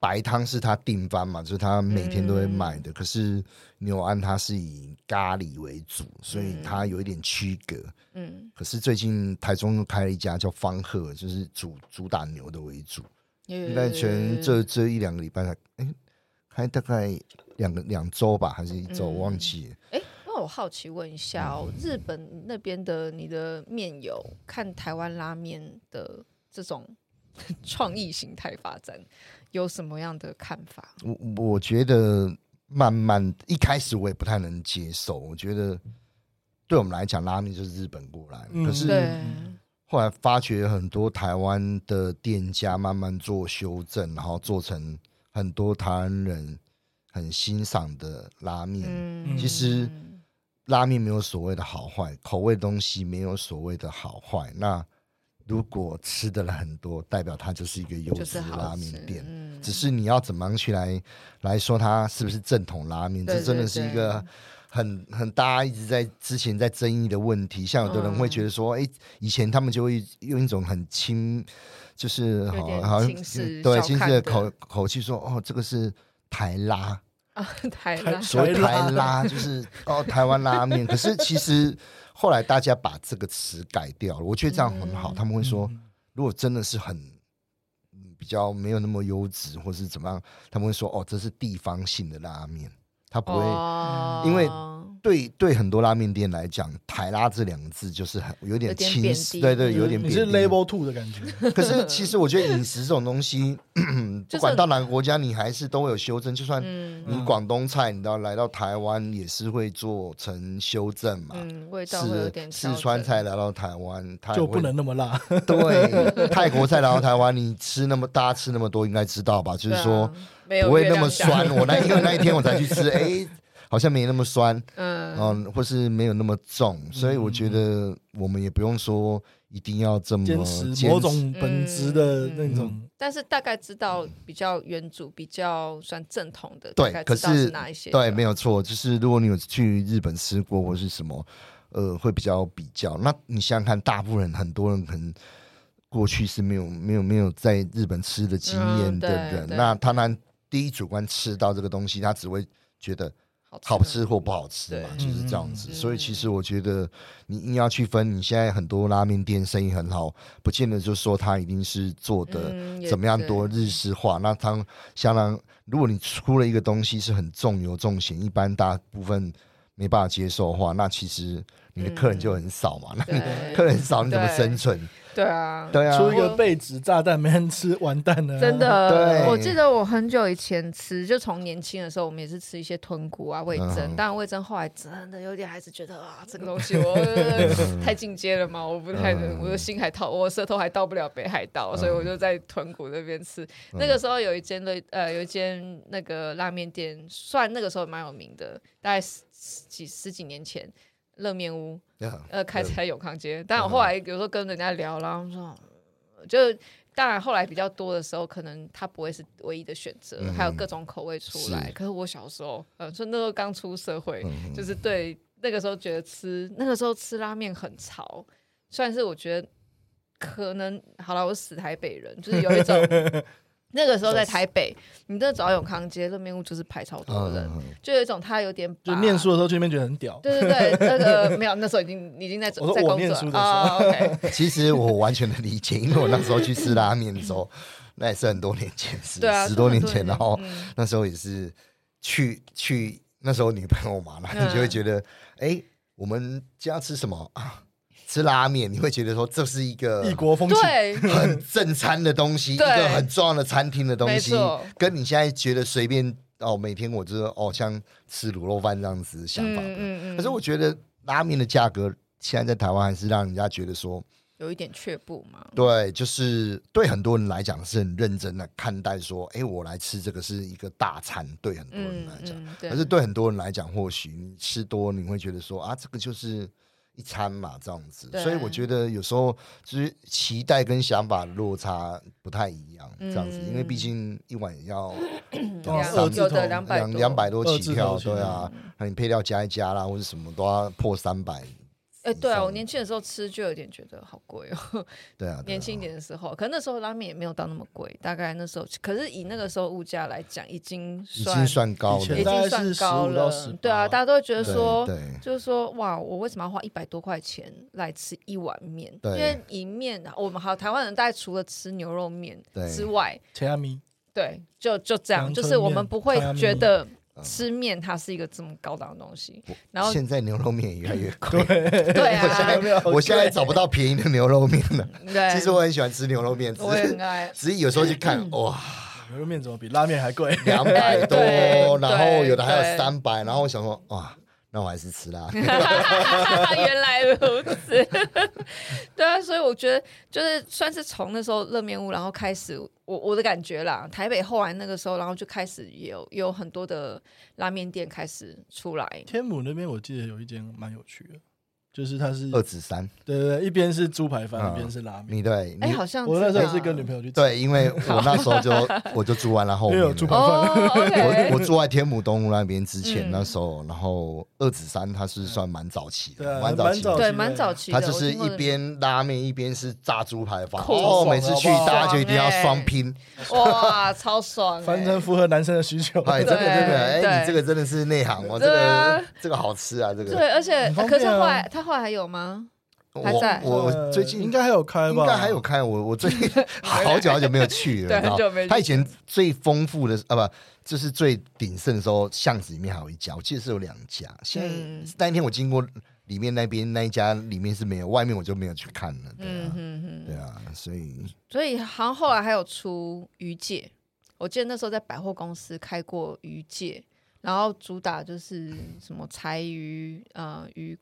Speaker 3: 白汤是他定番嘛，就是他每天都会
Speaker 1: 嗯
Speaker 3: 买的。可是牛安它是以咖喱为主，所以它有一点区隔。
Speaker 1: 嗯，
Speaker 3: 可是最近台中又开了一家叫方鹤，就是主主打牛的为主。应
Speaker 1: 应
Speaker 3: 该全这这一两个礼拜才，哎、开大概两个两周吧，还是一周，
Speaker 1: 嗯
Speaker 3: 我忘记了。
Speaker 1: 哎，那我好奇问一下哦，日本那边的你的面友看台湾拉面的这种 (laughs) 创意形态发展，有什么样的看法？
Speaker 3: 我我觉得慢慢一开始我也不太能接受，我觉得对我们来讲拉面就是日本过来的，
Speaker 2: 嗯
Speaker 3: 可是
Speaker 1: 对，
Speaker 3: 后来发觉很多台湾的店家慢慢做修正，然后做成很多台湾人很欣赏的拉面。
Speaker 1: 嗯
Speaker 3: 其实拉面没有所谓的好坏，口味东西没有所谓的好坏。那如果吃的人很多，代表它就是一个优
Speaker 1: 就是
Speaker 3: 质
Speaker 1: 好
Speaker 3: 拉
Speaker 1: 吃
Speaker 3: 面店。
Speaker 1: 嗯
Speaker 3: 只是你要怎么样去来来说它是不是正统拉面，
Speaker 1: 对
Speaker 3: 这真的是一个很很大家一直在之前在争议的问题。像有的人会觉得说，哎、
Speaker 1: 嗯
Speaker 3: 以前他们就会用一种很轻，就是
Speaker 1: 有
Speaker 3: 好
Speaker 1: 点
Speaker 3: 好像
Speaker 1: 轻视
Speaker 3: 对
Speaker 1: 小
Speaker 3: 轻视
Speaker 1: 看
Speaker 3: 的
Speaker 1: 的
Speaker 3: 口口气说，哦，这个是台拉。
Speaker 1: 啊， (laughs) 台
Speaker 2: 台
Speaker 1: 拉
Speaker 3: 所谓
Speaker 2: 台
Speaker 3: 台
Speaker 2: 拉
Speaker 3: 拉就是哦，台湾拉面。可是其实后来大家把这个词改掉了，我觉得这样很好。
Speaker 1: 嗯
Speaker 3: 他们会
Speaker 2: 嗯
Speaker 3: 说，如果真的是很嗯比较没有那么优质，或是怎么样，他们会说哦，这是地方性的拉面，他不会。
Speaker 1: 哦
Speaker 3: 因为对对，很多拉面店来讲，“台拉”这两个字就是很有点
Speaker 1: 有点
Speaker 3: 轻
Speaker 1: 贬
Speaker 3: 视，
Speaker 1: 低嗯
Speaker 3: 对对，有
Speaker 2: 你
Speaker 3: 点
Speaker 2: 你
Speaker 3: 贬
Speaker 2: 是
Speaker 3: 低。
Speaker 2: label two 的感觉，(laughs)
Speaker 3: 可是其实我觉得饮食这种
Speaker 1: (laughs)
Speaker 3: 东西，
Speaker 1: 就
Speaker 3: 不
Speaker 1: 是
Speaker 3: 管到哪个国家，你还是都会有修正。就算
Speaker 1: 嗯
Speaker 3: 你广东菜，你到来到台湾也是会做成修正嘛。
Speaker 1: 嗯，味道会有
Speaker 3: 四
Speaker 1: 点
Speaker 3: 四
Speaker 1: 调
Speaker 3: 川
Speaker 1: 整
Speaker 3: 菜来到台湾，它也
Speaker 2: 就
Speaker 3: 会
Speaker 2: 不能那么
Speaker 3: (laughs)
Speaker 2: 辣。
Speaker 1: (laughs)
Speaker 3: 嗯对泰国菜来到台湾，你吃那么大家吃那么多，应该知道吧？就
Speaker 1: 对
Speaker 3: 是
Speaker 1: 啊
Speaker 3: 说
Speaker 1: 没有
Speaker 3: 不会
Speaker 1: 月
Speaker 3: 那么
Speaker 1: 亮下
Speaker 3: 酸。我那因为那一天我才去吃，哎，好像没那么酸，
Speaker 1: (laughs) 嗯
Speaker 3: 嗯，或是没有那么重，所以我觉得我们也不用说一定要这么
Speaker 2: 嗯坚持
Speaker 3: 坚
Speaker 2: 某种本质
Speaker 1: 嗯
Speaker 2: 的那
Speaker 3: 嗯
Speaker 2: 种，
Speaker 1: 但是大概知道比较原主、比较算正统的，
Speaker 3: 对
Speaker 1: 大概
Speaker 3: 可
Speaker 1: 知道
Speaker 3: 是
Speaker 1: 是哪一些？
Speaker 3: 对，没
Speaker 1: 有，
Speaker 3: 有错，就是如果你有去日本吃过或是什么，呃，会比较比较。那你想想看，大部分人很多人可能过去是没有没有没有在日本吃的经验
Speaker 1: 嗯
Speaker 3: 的
Speaker 1: 对
Speaker 3: 人，
Speaker 1: 对
Speaker 3: 那他呢第一主观吃到这个东西，他只会觉得好吃或不好吃嘛，
Speaker 1: 对
Speaker 3: 就是这样子。
Speaker 1: 嗯
Speaker 3: 所以其实我觉得，你硬要去分，你现在很多拉面店生意很好，不见得就说它一定是做的
Speaker 1: 嗯也
Speaker 3: 怎么样
Speaker 1: 对
Speaker 3: 多日式化。那它相当，如果你出了一个东西是很重油重咸，一般大部分没办法接受的话，那其实你的客人就很少嘛。那
Speaker 1: 对
Speaker 3: 你 (laughs) 客人少，你怎么
Speaker 1: 对
Speaker 3: 生存？
Speaker 1: 嗯对啊，
Speaker 3: 对啊，
Speaker 2: 出一个背纸炸弹没人吃，完蛋了啊。
Speaker 1: 真的
Speaker 3: 对，
Speaker 1: 我记得我很久以前吃，就从年轻的时候，我们也是吃一些豚骨啊、味噌。
Speaker 3: 嗯
Speaker 1: 当然，味噌后来真的有点还是觉得啊，这个东西我 (laughs) 太进阶了嘛，我不太能，
Speaker 3: 嗯
Speaker 1: 我的心还到，我舌头还到不了北海道，所以我就在豚骨那边吃。
Speaker 3: 嗯
Speaker 1: 那个时候有一间的呃，有一间那个拉面店，算那个时候蛮有名的，大概十十几十几年前，热面屋。
Speaker 3: 啊
Speaker 1: 呃，开在永康街。但我后来有时候跟人家聊，然后说，呃就当然后来比较多的时候，可能它不会是唯一的选择，
Speaker 3: 嗯
Speaker 1: 还有各种口味出来。
Speaker 3: 是
Speaker 1: 可是我小时候，呃，说那时候刚出社会，就是对那个时候觉得吃那个时候吃拉面很潮，算是我觉得可能好了，我死台北人，就是有一种。那个时候在台北，你真的走到永康街那边，就是排超多人，
Speaker 3: 嗯嗯嗯
Speaker 1: 就有一种他有点
Speaker 2: 就
Speaker 1: 把
Speaker 2: 念书的时候去那边觉得很屌，
Speaker 1: 对对对，那个没有，那时候已经已经在在
Speaker 2: 我说
Speaker 1: 工作
Speaker 2: 我念书的时候
Speaker 1: 啊、OK，
Speaker 3: 嗯其实我完全能理解，因为我那时候去吃拉面的时候，那也是很多年前，十
Speaker 1: 对啊，
Speaker 3: 十多年前，
Speaker 1: 真的
Speaker 3: 然后
Speaker 1: 嗯
Speaker 3: 那时候也是去去那时候女朋友嘛，然后
Speaker 1: 嗯
Speaker 3: 你就会觉得，哎、我们今天要吃什么啊？吃拉面，你会觉得说这是一个
Speaker 2: 异国风情。
Speaker 1: 对，啊
Speaker 3: 很正餐的东西，一
Speaker 1: 对
Speaker 3: 个很重要的餐厅的 (laughs) 东西
Speaker 1: 没错，
Speaker 3: 跟你现在觉得随便哦，每天我就是哦像吃卤肉饭这样子的想法。
Speaker 1: 嗯嗯嗯，
Speaker 3: 可是我觉得拉面的价格现在在台湾还是让人家觉得说。
Speaker 1: 有一点却步嘛。
Speaker 3: 对，就是对很多人来讲是很认真的看待，说，哎，我来吃这个是一个大餐，对很多人
Speaker 1: 嗯
Speaker 3: 来讲，
Speaker 1: 嗯，对，
Speaker 3: 可是对很多人来讲，或许你吃多你会觉得说啊，这个就是一餐嘛，这样子。
Speaker 1: 对
Speaker 3: 所以我觉得有时候就是期待跟想法落差不太一样，这样子，因为毕竟一碗也
Speaker 1: (clears throat)
Speaker 3: 要
Speaker 2: 哇
Speaker 1: 嗯两
Speaker 3: 三
Speaker 2: 二字
Speaker 1: 有的
Speaker 2: 头
Speaker 1: 两百嗯
Speaker 3: 两两百多
Speaker 2: 二
Speaker 3: 起
Speaker 2: 字
Speaker 3: 跳，
Speaker 2: 头起
Speaker 3: 对啊，那你配料加一加啦，或者什么都要破三百，
Speaker 1: 哎，对
Speaker 3: 以
Speaker 1: 啊，
Speaker 3: 上
Speaker 1: 我年轻的时候吃就有点觉得好贵哦。
Speaker 3: (laughs) 对啊，对啊
Speaker 1: 年轻一点的时候，可那时候拉面也没有到那么贵，大概那时候，可是以那个时候物价来讲，已经
Speaker 3: 已
Speaker 1: 算
Speaker 3: 经算高
Speaker 2: 以
Speaker 3: 了，
Speaker 2: 前
Speaker 1: 已
Speaker 2: 大概
Speaker 1: 经
Speaker 2: 是
Speaker 1: 算高
Speaker 2: 15
Speaker 1: 了
Speaker 2: 到18。
Speaker 1: 对啊，大家都会觉得
Speaker 3: 对
Speaker 1: 说，
Speaker 3: 对
Speaker 1: 就是说，哇，我为什么要花一百多块钱来吃一碗面？
Speaker 3: 对
Speaker 1: 因为一面啊我们好台湾人，大概除了吃牛肉面
Speaker 3: 对
Speaker 1: 之外，
Speaker 2: 切阿 (laughs) 米，
Speaker 1: 对，就就这样，
Speaker 2: 阳
Speaker 1: 就
Speaker 2: 春
Speaker 1: 是我们
Speaker 2: 面
Speaker 1: 不会
Speaker 2: 汤面嗯
Speaker 1: 觉得吃面它是一个这么高档的东西。然后
Speaker 3: 现在牛肉面也越来越贵，
Speaker 1: 对啊，
Speaker 3: 我现在找不到便宜的牛肉面了。
Speaker 1: 对， (laughs)
Speaker 3: 其实我很喜欢吃牛肉面，只
Speaker 1: 我也
Speaker 3: 是
Speaker 1: 很
Speaker 3: (laughs)
Speaker 1: 爱。
Speaker 3: 只是有时候去
Speaker 1: (laughs)
Speaker 3: 看，哇，
Speaker 2: 牛肉面怎么比拉面还贵？
Speaker 3: (laughs) 两百多
Speaker 1: 哎对，
Speaker 3: 然后有的还
Speaker 1: 对
Speaker 3: 有三百，然后我想说，哇，那我还是吃
Speaker 1: (laughs)
Speaker 3: 啦。
Speaker 1: 原来如此， (laughs) 对啊，所以我觉得就是算是从那时候热面屋，然后开始我我的感觉啦，台北后来那个时候，然后就开始有有很多的拉面店开始出来，
Speaker 2: 天母那边我记得有一间蛮有趣的，就是它是
Speaker 3: 二指三，
Speaker 2: 对对对，一边是猪排饭，
Speaker 3: 嗯
Speaker 2: 一边是拉面。
Speaker 3: 你对，
Speaker 1: 哎，
Speaker 3: 你
Speaker 1: 好像
Speaker 2: 我那时候也是跟女
Speaker 1: 朋
Speaker 2: 朋友去吃，
Speaker 3: 对，因为我那时候就 (laughs) 我就住完了后面
Speaker 2: 因为
Speaker 3: 了
Speaker 2: 有。猪排
Speaker 1: 哦
Speaker 2: (laughs)
Speaker 3: 我
Speaker 1: ，OK，
Speaker 3: 我住在天母东路那边之前，
Speaker 1: 嗯
Speaker 3: 那时候，然后二指山它是算蛮早期的，
Speaker 2: 对
Speaker 3: 蛮
Speaker 2: 蛮
Speaker 3: 期
Speaker 2: 早
Speaker 3: 的。
Speaker 1: 对，蛮早期的，
Speaker 3: 它就是
Speaker 1: 我听过
Speaker 3: 一
Speaker 1: 那
Speaker 3: 边拉面一边是炸猪排饭，
Speaker 1: 酷
Speaker 3: 哦，每次去
Speaker 2: 爽
Speaker 3: 大家就一定要
Speaker 1: 欸
Speaker 3: 双拼，
Speaker 1: 哇，超爽欸，
Speaker 2: 反正符合男生的需求。
Speaker 3: 哎，真
Speaker 2: (laughs)
Speaker 3: 的真的，
Speaker 1: 对
Speaker 3: 哎，你这个真的是内行哦，这
Speaker 1: 对啊
Speaker 3: 个这个好吃啊，这个
Speaker 1: 对，而且
Speaker 2: 很方
Speaker 1: 可是
Speaker 2: 便啊
Speaker 1: 后来他后来还有吗？还在
Speaker 3: 我我
Speaker 2: 呃
Speaker 3: 最近
Speaker 2: 应该还有开
Speaker 3: 应
Speaker 2: 吧？
Speaker 3: 该还有开，我我最近好久好久没有去
Speaker 1: (laughs)
Speaker 3: 了，
Speaker 1: 对
Speaker 3: 你知道
Speaker 1: 很久没去
Speaker 3: 他以前最丰富的啊不，就是最鼎盛的时候，巷子里面还有一家，我记得是有两家。现在、
Speaker 1: 嗯
Speaker 3: 那一天我经过里面那边那一家里面是没有，外面我就没有去看了。对
Speaker 1: 嗯
Speaker 3: 啊，
Speaker 1: 哼哼，
Speaker 3: 对啊，所以
Speaker 1: 所以好像后来还有出鱼介，我记得那时候在百货公司开过鱼介，然后主打就是什么柴鱼，呃，鱼，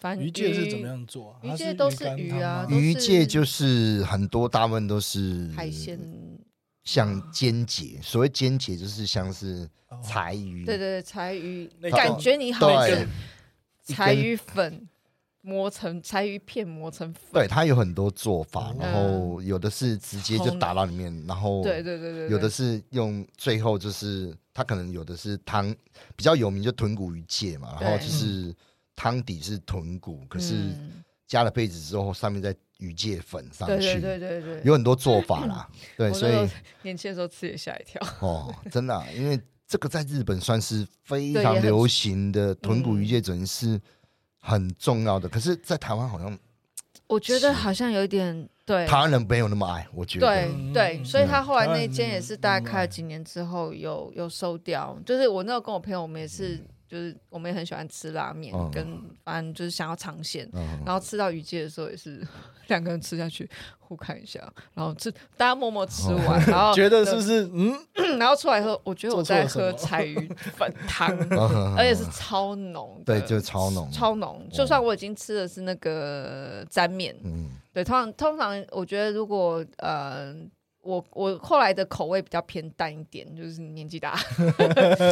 Speaker 1: 反正
Speaker 2: 鱼介是怎么？样做啊？
Speaker 1: 鱼
Speaker 2: 它
Speaker 1: 介都是
Speaker 2: 干
Speaker 1: 鱼
Speaker 2: 汤
Speaker 1: 啊
Speaker 2: 吗
Speaker 1: 都是
Speaker 3: 鱼界就是很多大部分都是
Speaker 1: 海鲜，
Speaker 3: 像煎节，所谓煎节就是像是
Speaker 2: 哦
Speaker 3: 柴鱼，
Speaker 1: 对对对，柴鱼
Speaker 2: 那，个
Speaker 1: 感觉你好
Speaker 3: 对
Speaker 1: 像柴鱼粉磨成柴鱼片磨成粉，
Speaker 3: 对，它有很多做法，然
Speaker 1: 嗯
Speaker 3: 后有的是直接就
Speaker 1: 红
Speaker 3: 打到里面，然后
Speaker 1: 对对对对，对
Speaker 3: 有的是用最后就是它可能有的是汤比较有名就豚骨鱼介嘛，然后
Speaker 1: 对
Speaker 3: 就是汤底是豚骨，可是
Speaker 1: 嗯
Speaker 3: 加了被子之后上面再鱼介粉上
Speaker 1: 对对
Speaker 3: 去，
Speaker 1: 对对对，
Speaker 3: 有很多做法
Speaker 1: (clears throat)
Speaker 3: 啦。对，
Speaker 1: 我
Speaker 3: 所
Speaker 1: 那
Speaker 3: 以
Speaker 1: 时候年轻的时候吃也吓一跳，
Speaker 3: 哦，真的啊、因为这个在日本算是非
Speaker 1: 对也
Speaker 3: 常
Speaker 1: 很
Speaker 3: 流行的豚骨
Speaker 1: 嗯
Speaker 3: 鱼介整是很重要的，可是，在台湾好像
Speaker 1: 我觉得好像有一点对，
Speaker 3: 台湾人没有那么爱，我觉得
Speaker 1: 对
Speaker 2: 嗯
Speaker 1: 对，
Speaker 2: 嗯
Speaker 1: 所以
Speaker 3: 嗯
Speaker 1: 他后来那一
Speaker 2: 当
Speaker 1: 间
Speaker 2: 然
Speaker 1: 也是大
Speaker 2: 嗯
Speaker 1: 概开了几年之后有有收掉。就是我那时候跟我朋友，我们也是，就是我们也很喜欢吃拉面
Speaker 3: 嗯，
Speaker 1: 跟反正就是想要尝鲜。
Speaker 3: 嗯，
Speaker 1: 然后吃到鱼介的时候，也是两个人吃下去，互看一下，然后吃，大家默默吃
Speaker 3: 哦
Speaker 1: 完，然
Speaker 3: (laughs)
Speaker 1: 后
Speaker 2: 觉得是不是？嗯，
Speaker 1: 然后出来喝，我觉得我
Speaker 2: 做错
Speaker 1: 在喝
Speaker 2: 了什么
Speaker 1: 柴鱼粉
Speaker 3: (laughs)
Speaker 1: 汤，
Speaker 3: 嗯
Speaker 1: (laughs) 而且是超浓的，
Speaker 3: 对，就超浓，
Speaker 1: 超浓。就算我已经吃的是那个沾面，
Speaker 3: 嗯
Speaker 1: 对，通常通常我觉得如果呃。我我后来的口味比较偏淡一点，就是年纪大， (laughs)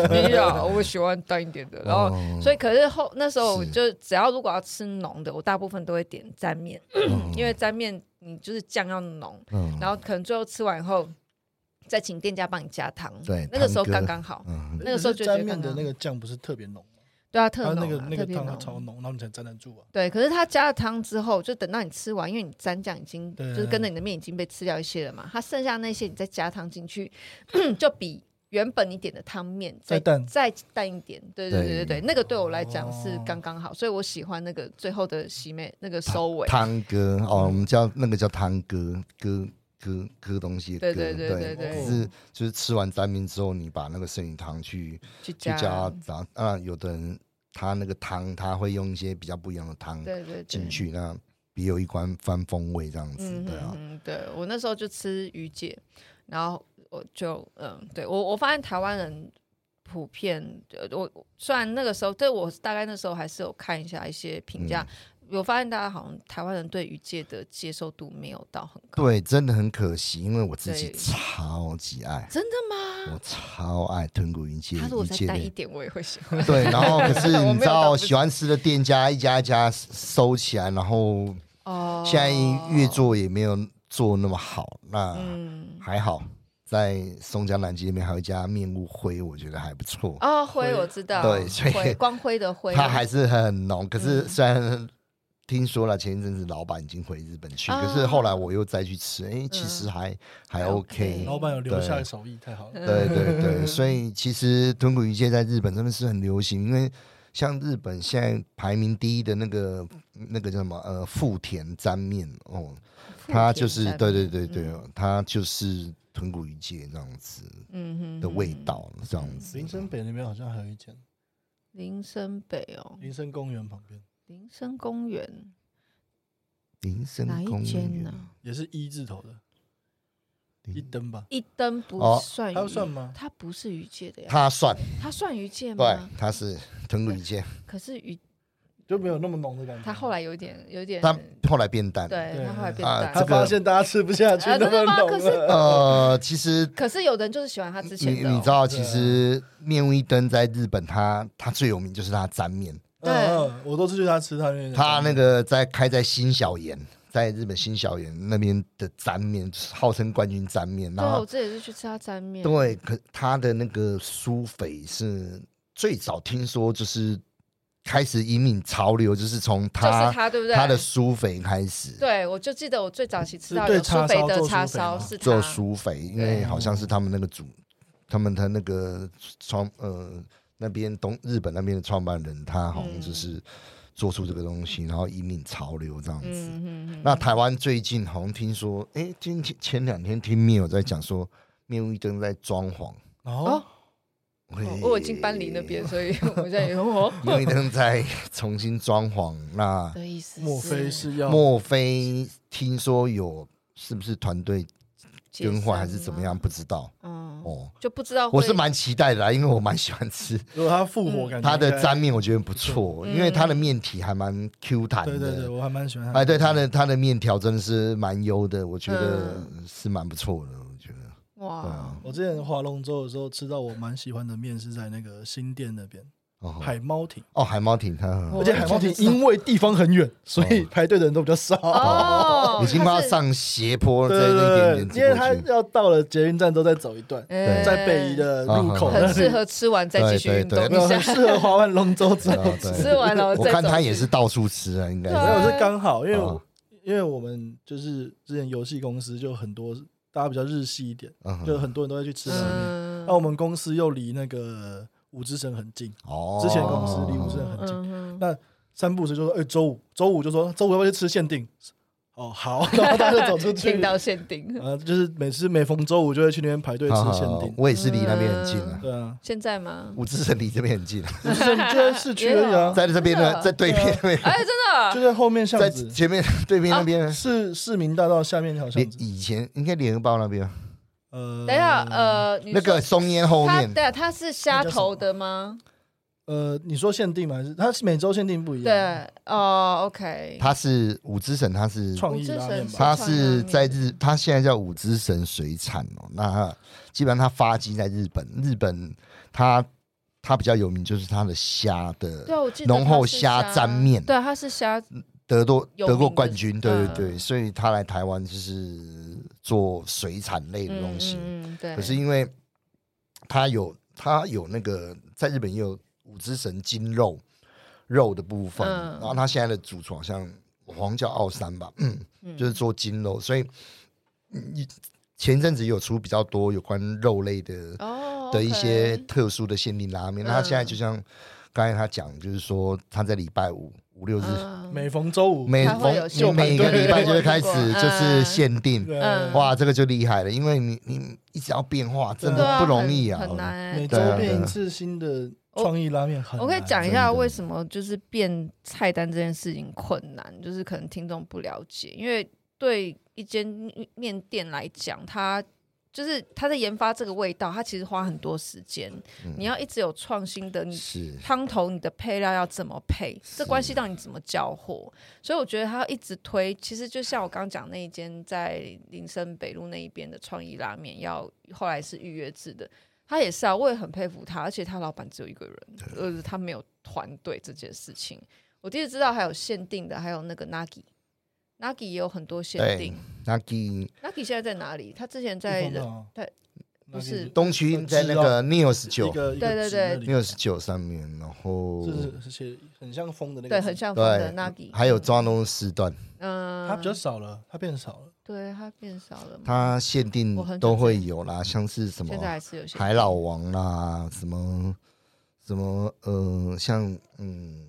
Speaker 1: 年纪大，我喜欢淡一点的。然后，
Speaker 3: 哦
Speaker 1: 所以可是后那时候我
Speaker 3: 是
Speaker 1: 就只要如果要吃浓的，我大部分都会点沾面， (clears throat) 因为沾面你就是酱要浓，
Speaker 3: 嗯
Speaker 1: 然后可能最后吃完以后再请店家帮你加汤。
Speaker 3: 对
Speaker 1: 那个时候
Speaker 3: 汤
Speaker 1: 刚
Speaker 3: 哥
Speaker 1: 刚好。
Speaker 3: 嗯
Speaker 1: 那个时候就觉得
Speaker 2: 沾面的
Speaker 1: 刚刚
Speaker 2: 那个酱不是特别浓，
Speaker 1: 对啊，
Speaker 2: 它
Speaker 1: 特浓
Speaker 2: 那
Speaker 1: 啊、
Speaker 2: 个那个
Speaker 1: 特别
Speaker 2: 汤它
Speaker 1: 浓嗯
Speaker 2: 超浓，然后你才沾得住啊。
Speaker 1: 对，可是它加了汤之后，就等到你吃完，因为你蘸酱已经
Speaker 2: 对
Speaker 1: 就是跟着你的面已经被吃掉一些了嘛，它剩下那些你再加汤进去，就比原本你点的汤面再
Speaker 2: 再淡
Speaker 1: 再淡一点。对对对对对，那个对我来讲是
Speaker 2: 哦
Speaker 1: 刚刚好，所以我喜欢那个最后的洗妹那个收尾。
Speaker 3: 汤哥
Speaker 1: 嗯
Speaker 3: 哦，我们叫那个叫汤哥哥哥哥东西的
Speaker 1: 对
Speaker 3: 哥，
Speaker 1: 对对对
Speaker 2: 对
Speaker 3: 可是就是吃完沾面之后，你把那个剩余汤去
Speaker 1: 去
Speaker 3: 去
Speaker 1: 加，
Speaker 3: 加，然啊，有的人他那个汤他会用一些比较不一样的汤
Speaker 1: 对对对，
Speaker 3: 进去，那别有一番番风味这样子，
Speaker 1: 嗯
Speaker 3: 对啊，
Speaker 1: 嗯，对我那时候就吃鱼介，然后我就嗯，对我我发现台湾人普
Speaker 3: 嗯
Speaker 1: 遍，呃我我虽然那个时候，对我大概那时候还是有看一下一些评价，有发现大家好像台湾人对于戒的接受度没有到很高。
Speaker 3: 对，真的很可惜，因为我自己
Speaker 1: 对
Speaker 3: 超级爱，
Speaker 1: 真的吗？
Speaker 3: 我超爱豚骨云
Speaker 1: 他
Speaker 3: 戒
Speaker 1: 如果
Speaker 3: 一
Speaker 1: 再
Speaker 3: 戒
Speaker 1: 淡一
Speaker 3: 的。
Speaker 1: 点，我也会喜
Speaker 3: (laughs)
Speaker 1: 欢。
Speaker 3: 对，然后可
Speaker 1: (laughs) 我
Speaker 3: 是
Speaker 1: 没有
Speaker 3: 你知道，
Speaker 1: 到
Speaker 3: 喜欢吃的店家一家一家收起来，然后
Speaker 1: 哦
Speaker 3: 现在越，做啊也没有做那么好，那
Speaker 1: 嗯，
Speaker 3: 还好，在松江南街那边还有一家面雾灰，我觉得还不错。
Speaker 1: 哦，灰我知道，
Speaker 3: 对所以
Speaker 1: 灰光辉的灰，哦
Speaker 3: 它还是很浓，可是
Speaker 1: 嗯
Speaker 3: 虽然听说了前一阵子老板已经回日本去，
Speaker 1: 啊嗯
Speaker 3: 可是后来我又再去吃，哎，其实还还
Speaker 1: 还 OK
Speaker 3: OK。
Speaker 2: 老板有留下
Speaker 3: 对
Speaker 2: 的手艺，太
Speaker 1: 嗯
Speaker 2: 好了。
Speaker 3: 对
Speaker 1: (laughs)
Speaker 3: 对对，所以其实豚骨鱼介在日本真的是很流行，因为像日本现在排名第一的那个那个叫什么呃富田沾面哦，它就
Speaker 1: 富
Speaker 3: 是
Speaker 1: 田
Speaker 3: 对
Speaker 1: 山
Speaker 3: 对对对，它就是豚骨鱼介这样子
Speaker 1: 嗯哼
Speaker 3: 的味，道，这样子。
Speaker 2: 林森北那边好像还有一间
Speaker 1: 林森北哦，
Speaker 2: 林森公园旁边，
Speaker 1: 林森公园
Speaker 3: 林森
Speaker 1: 哪
Speaker 3: 公
Speaker 1: 一间
Speaker 3: 园
Speaker 1: 呢？
Speaker 2: 也是一字头的，
Speaker 1: 嗯
Speaker 2: 一灯吧，
Speaker 1: 一灯不
Speaker 3: 哦
Speaker 1: 算鱼，
Speaker 2: 它算吗？
Speaker 1: 它不是鱼界的呀，
Speaker 3: 它算
Speaker 1: 它算鱼界
Speaker 3: 对
Speaker 1: 吗？，
Speaker 3: 它是豚骨鱼介。
Speaker 1: 可是鱼，
Speaker 2: 就没有那么浓的感觉。
Speaker 1: 它后来有点有点，
Speaker 3: 但后来变淡。，
Speaker 1: 对，
Speaker 2: 对
Speaker 1: 它后来变
Speaker 3: 啊
Speaker 1: 淡
Speaker 2: 他
Speaker 3: 这个
Speaker 1: 了。
Speaker 2: 发现大家吃不下去
Speaker 1: 啊
Speaker 2: 那
Speaker 1: 真的吗
Speaker 2: 么浓
Speaker 1: 可是
Speaker 2: 了，
Speaker 3: 呃，
Speaker 1: (laughs)
Speaker 3: 其实
Speaker 1: 可是有的人就是喜欢它之
Speaker 3: 你
Speaker 1: 前的哦，
Speaker 3: 你知道，
Speaker 2: 对啊
Speaker 3: 其实面乌一灯在日本它，它最有名就是它的沾面，
Speaker 1: 对
Speaker 2: 嗯，嗯我都是去他吃他那边的
Speaker 3: 它那个在开在新小岩，在日本新小岩那边的沾面，就是号称冠军沾面。
Speaker 1: 对，
Speaker 3: 然
Speaker 1: 我
Speaker 3: 后
Speaker 1: 这也是去吃它沾面，
Speaker 3: 对，可它的那个苏肥是最早听说就是开始引领潮流，就是从
Speaker 1: 就是
Speaker 3: 它
Speaker 1: 它，对不对？
Speaker 3: 它的苏肥开始。
Speaker 1: 对，我就记得我最早期吃到
Speaker 2: 是对
Speaker 1: 有苏菲的叉
Speaker 2: 叉烧
Speaker 1: 烧是它
Speaker 2: 做苏菲吗
Speaker 3: 做苏肥，因为
Speaker 1: 对
Speaker 3: 好像是他们那个主，他们的那个创呃那边东日本那边的创办人，他好
Speaker 1: 嗯
Speaker 3: 像就是做出这个东西，然后引领潮流这样子。
Speaker 1: 嗯嗯
Speaker 3: 那台湾最近好像听说，哎、今天前两天听面有在讲说，面无一灯在装潢，
Speaker 2: 哦，
Speaker 1: 嗯，我已经搬离那边，所以我在也
Speaker 3: (laughs)
Speaker 1: 哦
Speaker 3: 面无一灯在重新装潢。那
Speaker 1: 的意思是，
Speaker 2: 莫非是要
Speaker 3: 莫非听说有是不是团队
Speaker 1: 解
Speaker 3: 更
Speaker 1: 散
Speaker 3: 换还是怎么
Speaker 1: 吗？
Speaker 3: 样？不知道
Speaker 1: 嗯，
Speaker 3: 哦。
Speaker 1: 就不知道
Speaker 3: 我
Speaker 1: 会
Speaker 3: 是蛮期待的啦，因为我蛮喜
Speaker 2: (laughs)
Speaker 3: 欢吃
Speaker 2: 如果他复活感觉
Speaker 3: 它
Speaker 2: 应
Speaker 3: 嗯的
Speaker 2: 该
Speaker 3: 沾面我觉得不错，
Speaker 1: 嗯
Speaker 3: 因为它的面体还蛮 Q 弹
Speaker 2: 对对对，
Speaker 3: 的。
Speaker 2: 我还蛮喜欢他的。
Speaker 3: 哎，对，它的它的面条真的是蛮优的，我觉得
Speaker 2: 嗯
Speaker 3: 是蛮不错的。我觉得，对
Speaker 1: 哇
Speaker 3: 啊，
Speaker 2: 我之前划龙舟的时候吃到我蛮喜欢的面是在那个新店那边
Speaker 3: 哦
Speaker 2: 海猫亭，
Speaker 3: 哦，海猫艇它
Speaker 1: 哦
Speaker 2: 而且海猫亭因为地方很远，所
Speaker 3: 哦
Speaker 2: 以排队的人都比较少。
Speaker 1: 哦
Speaker 3: 已经快要
Speaker 1: 它是
Speaker 3: 上斜坡
Speaker 2: 对
Speaker 3: 在那一
Speaker 2: 对
Speaker 3: 点
Speaker 2: 对，因为
Speaker 3: 点
Speaker 2: 他
Speaker 3: 走过去，
Speaker 2: 要到了捷运站都再走一段，
Speaker 1: 嗯
Speaker 2: 在北宜的入口
Speaker 3: 嗯
Speaker 2: 那
Speaker 1: 很适
Speaker 2: 里，
Speaker 1: 合吃完再继续运动
Speaker 3: 对
Speaker 2: 没
Speaker 3: 对
Speaker 2: 有
Speaker 1: 一
Speaker 2: 很
Speaker 1: 下，
Speaker 2: 适合划完龙舟之后
Speaker 3: 哦对
Speaker 2: (laughs) 吃。
Speaker 1: (laughs) 吃完了
Speaker 3: (laughs) 我
Speaker 1: 再
Speaker 3: 看
Speaker 1: 走
Speaker 3: 它
Speaker 1: 去
Speaker 3: 也是到处吃啊，应该
Speaker 1: 对
Speaker 2: 没有
Speaker 1: 啊
Speaker 3: 是。
Speaker 2: 是刚好，因为我
Speaker 3: 哦
Speaker 2: 因为我们就是之前游戏公司就很多大家比较日系一点，
Speaker 3: 嗯
Speaker 2: 就很多人都会去吃拉面。
Speaker 1: 嗯
Speaker 2: 那我们公司又离那个五之神很近，
Speaker 3: 哦，
Speaker 2: 之前公司离我们是很近
Speaker 1: 近
Speaker 2: 那三不五时就说：“哎，周五，周五就说周五要不要去吃限定？”哦，
Speaker 3: (laughs)
Speaker 2: 好，然后大家就走出
Speaker 1: (laughs)
Speaker 2: 去 (laughs)
Speaker 1: 听。到限定，
Speaker 2: 啊，就是每次每逢周五就会去那边排队吃
Speaker 3: 好好
Speaker 2: 限
Speaker 3: 好
Speaker 2: 定。
Speaker 3: 我也是离那边很近啊
Speaker 1: 嗯，
Speaker 2: 对啊，
Speaker 1: 现在
Speaker 2: (laughs)
Speaker 1: 吗？
Speaker 3: 五之城离这边很近啊，
Speaker 2: 五之神就在市区而已
Speaker 3: (laughs)
Speaker 2: 啊，
Speaker 3: 在这边
Speaker 1: 真
Speaker 3: 呢，
Speaker 1: 的
Speaker 3: 在对面那
Speaker 2: (laughs)
Speaker 3: 边，
Speaker 1: 哎，真的
Speaker 2: 就在后面巷
Speaker 3: 在
Speaker 2: 子，啊
Speaker 3: 前面对面那边，
Speaker 2: 市市民大道下面那条巷
Speaker 3: 连
Speaker 2: 子。
Speaker 3: 以前应该联合报那边啊，
Speaker 2: 呃，
Speaker 1: 等一下，呃，你
Speaker 3: 嗯那个
Speaker 1: 说
Speaker 3: 松烟后
Speaker 1: 它
Speaker 3: 面
Speaker 1: 等一。下它是虾头的吗？
Speaker 2: 呃，你说限定吗？还是它是每周限定不一样？
Speaker 1: 对，哦，OK，
Speaker 3: 他是五之神，他是
Speaker 2: 创意拉面
Speaker 1: 五之神
Speaker 2: 吧。
Speaker 3: 他是在日，他现在叫五之神水产哦。那它基本上他发迹在日本，日本他他比较有名就是他的虾
Speaker 1: 对
Speaker 3: 的
Speaker 1: 啊，我记得
Speaker 3: 浓
Speaker 1: 它
Speaker 3: 厚
Speaker 1: 是
Speaker 3: 虾沾面
Speaker 1: 对啊，它是虾，
Speaker 3: 得过
Speaker 1: 有名的
Speaker 3: 得过冠军，对对
Speaker 1: 嗯
Speaker 3: 对，所以他来台湾就是做水产类的
Speaker 1: 嗯
Speaker 3: 东西。
Speaker 1: 嗯，嗯对，
Speaker 3: 可是因为他有他有那个在日本也有五之神精肉肉的部分，
Speaker 1: 嗯
Speaker 3: 然后他现在的主厨好像黄叫奥山吧，嗯，就是做精肉，所以嗯一前一阵子有出比较多有关肉类的
Speaker 1: 哦
Speaker 3: 的一
Speaker 1: OK
Speaker 3: 些特殊的限定拉面。那他现在
Speaker 1: 嗯
Speaker 3: 就像刚才他讲，就是说他在礼拜五五六日。
Speaker 1: 嗯
Speaker 2: 每逢周五，
Speaker 3: 每
Speaker 1: 他会有
Speaker 3: 逢
Speaker 1: 秀
Speaker 3: 每个
Speaker 2: 版对
Speaker 3: 礼拜就会
Speaker 1: 我
Speaker 3: 开
Speaker 1: 有听过
Speaker 3: 始就是
Speaker 1: 嗯
Speaker 3: 限定，
Speaker 2: 对
Speaker 1: 嗯
Speaker 3: 哇，这个就厉害了，因为你你一直要变化，真
Speaker 1: 对
Speaker 3: 的
Speaker 1: 啊
Speaker 3: 不容易啊。
Speaker 1: 很很难欸
Speaker 2: 每周变一次新的创意拉面很
Speaker 1: 我
Speaker 2: 难。
Speaker 1: 可以讲一
Speaker 3: 真
Speaker 1: 下
Speaker 3: 的
Speaker 1: 为什么就是变菜单这件事情困难，就是可能听众不了解，因为对一间面店来讲，它就是他在研发这个味道，他其实花很多时间。你要一直有创新的，你
Speaker 3: 嗯是
Speaker 1: 汤头、你的配料要怎么配，这关系到你怎么交货。所以我觉得他一直推，其实就像我刚讲那一间在林森北路那一边的创意拉面，要后来是预约制的，他也是啊，我也很佩服他，而且他老板只有一个人，呃，他没有团队这件事情。我第一次知道还有限定的，还有那个 Nagi。Nagi 也有很多限
Speaker 3: 对
Speaker 1: 定。
Speaker 3: 那给
Speaker 1: Nagi 现在在哪里？他之前在
Speaker 2: 在
Speaker 1: 人对
Speaker 2: 对，
Speaker 1: 不是
Speaker 3: 东区在那个 News 九
Speaker 2: 哦一个
Speaker 1: 对对对
Speaker 3: ，News 九上面，然后
Speaker 2: 就是而且很像风的那个
Speaker 1: 对，
Speaker 2: 字，
Speaker 1: 很像风的
Speaker 3: 对
Speaker 1: Nagi，，
Speaker 3: 还有抓东时段，
Speaker 1: 嗯，
Speaker 2: 它比较少了，它变少了。
Speaker 1: 对，它变少了嘛。
Speaker 3: 它限定
Speaker 1: 我很久
Speaker 3: 都会有啦，像是什么啊
Speaker 1: 现在还是有些
Speaker 3: 海老王啦，什么什么呃，像嗯，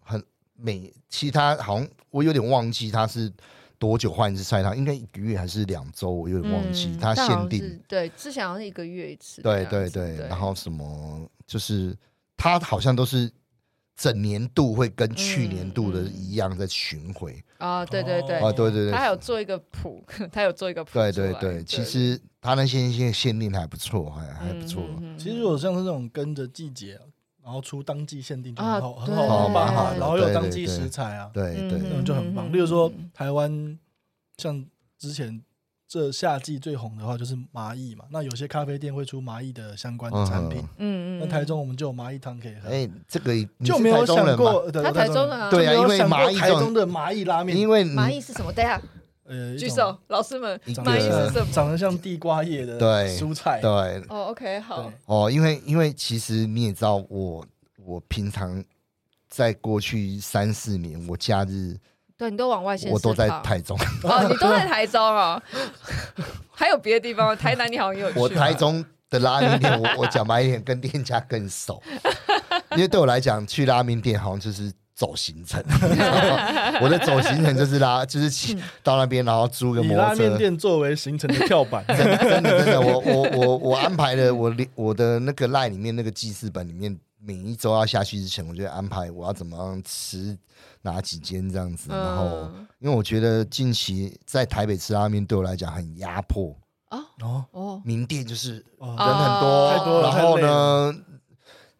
Speaker 3: 很每其他好像我有点忘记它是多久换一次菜汤，应该一个月还是两周，我有点忘记、
Speaker 1: 嗯
Speaker 3: 它
Speaker 1: 但好像
Speaker 3: 限定
Speaker 1: 是。对，之前好像是一个月一次这样
Speaker 3: 对
Speaker 1: 子。
Speaker 3: 对对，然后什么就是它好像都是整年度会跟去年度的
Speaker 1: 嗯嗯
Speaker 3: 一样在巡回
Speaker 1: 啊，对对对，
Speaker 3: 啊，
Speaker 2: 哦
Speaker 3: 对对
Speaker 1: 他还啊
Speaker 3: 对。
Speaker 1: 有做一个谱， (laughs) 他有做一个谱出来。
Speaker 3: 对对对，其实它那些些限定还不错，还还不错。
Speaker 1: 嗯
Speaker 2: 其实如果像是那种跟着季节，啊然后出当季限定，就
Speaker 1: 啊
Speaker 2: 很好很
Speaker 1: 对
Speaker 2: 好把
Speaker 1: 好
Speaker 2: 好，
Speaker 1: 对
Speaker 2: 然后又
Speaker 3: 对
Speaker 2: 当
Speaker 3: 对
Speaker 2: 季
Speaker 3: 对
Speaker 2: 食材啊，
Speaker 3: 对对
Speaker 2: 那种就很
Speaker 1: 嗯
Speaker 2: 棒。
Speaker 1: 嗯
Speaker 2: 例如说
Speaker 1: 嗯
Speaker 2: 台湾像之前这夏季最红的话就是麻蚁嘛，那有些咖啡店会出麻蚁的相关的产品，
Speaker 1: 嗯嗯，
Speaker 2: 那台中我们就有麻蚁汤可以喝，
Speaker 3: 哎，这个你
Speaker 2: 就是没有
Speaker 3: 台中
Speaker 2: 想
Speaker 3: 人吗？
Speaker 2: 过
Speaker 1: 嗯
Speaker 2: 对
Speaker 1: 他
Speaker 2: 我
Speaker 1: 台中
Speaker 2: 人
Speaker 1: 的啊
Speaker 3: 对啊
Speaker 2: 就没有
Speaker 3: 因为
Speaker 2: 想过
Speaker 3: 麻蚁
Speaker 2: 台
Speaker 3: 这种
Speaker 2: 中的麻蚁拉面，
Speaker 3: 因为
Speaker 1: 蚂
Speaker 3: 你
Speaker 1: 蚁是什么？等一下
Speaker 2: 呃，一
Speaker 1: 举
Speaker 2: 种
Speaker 1: 手，老师们，
Speaker 3: 一
Speaker 2: 长
Speaker 1: 蚂蚁
Speaker 2: 得
Speaker 1: 是
Speaker 3: 个
Speaker 1: 什么？
Speaker 2: 长得像地瓜叶的
Speaker 3: 对
Speaker 2: 蔬菜，
Speaker 3: 对
Speaker 1: 哦，OK，好，
Speaker 3: 哦，因为因为其实你也知道我，我平常在过去三四年，我假日
Speaker 1: 对你都往外先，
Speaker 3: 我都在台中，
Speaker 1: 哦，你都
Speaker 3: (laughs)
Speaker 1: 在台中哦，还有别的地方吗？台南你好像也有去吧，啊
Speaker 3: 我台中的拉面店，我我讲白一点，跟店家更熟，因为对我来讲，去拉面店好像就是。走行程， (laughs) 我的走行程就是拉，就是骑到那边，然后租个
Speaker 2: 以
Speaker 3: 摩
Speaker 2: 拉
Speaker 3: 托
Speaker 2: 面
Speaker 3: 车，
Speaker 2: 店作为行程的跳
Speaker 3: (laughs)
Speaker 2: 板，
Speaker 3: 真的真的，我我我我安排了我里我的那个 line 里面那个记事本里面，每一周要下去之前，我就安排我要怎么样吃哪几间这样子。
Speaker 1: 嗯，
Speaker 3: 然后，因为我觉得近期在台北吃拉面对我来讲很压迫，
Speaker 2: 哦
Speaker 1: 哦，
Speaker 3: 名店就是
Speaker 2: 哦
Speaker 3: 人很多，
Speaker 1: 哦太多了
Speaker 3: 然后
Speaker 2: 太累
Speaker 3: 呢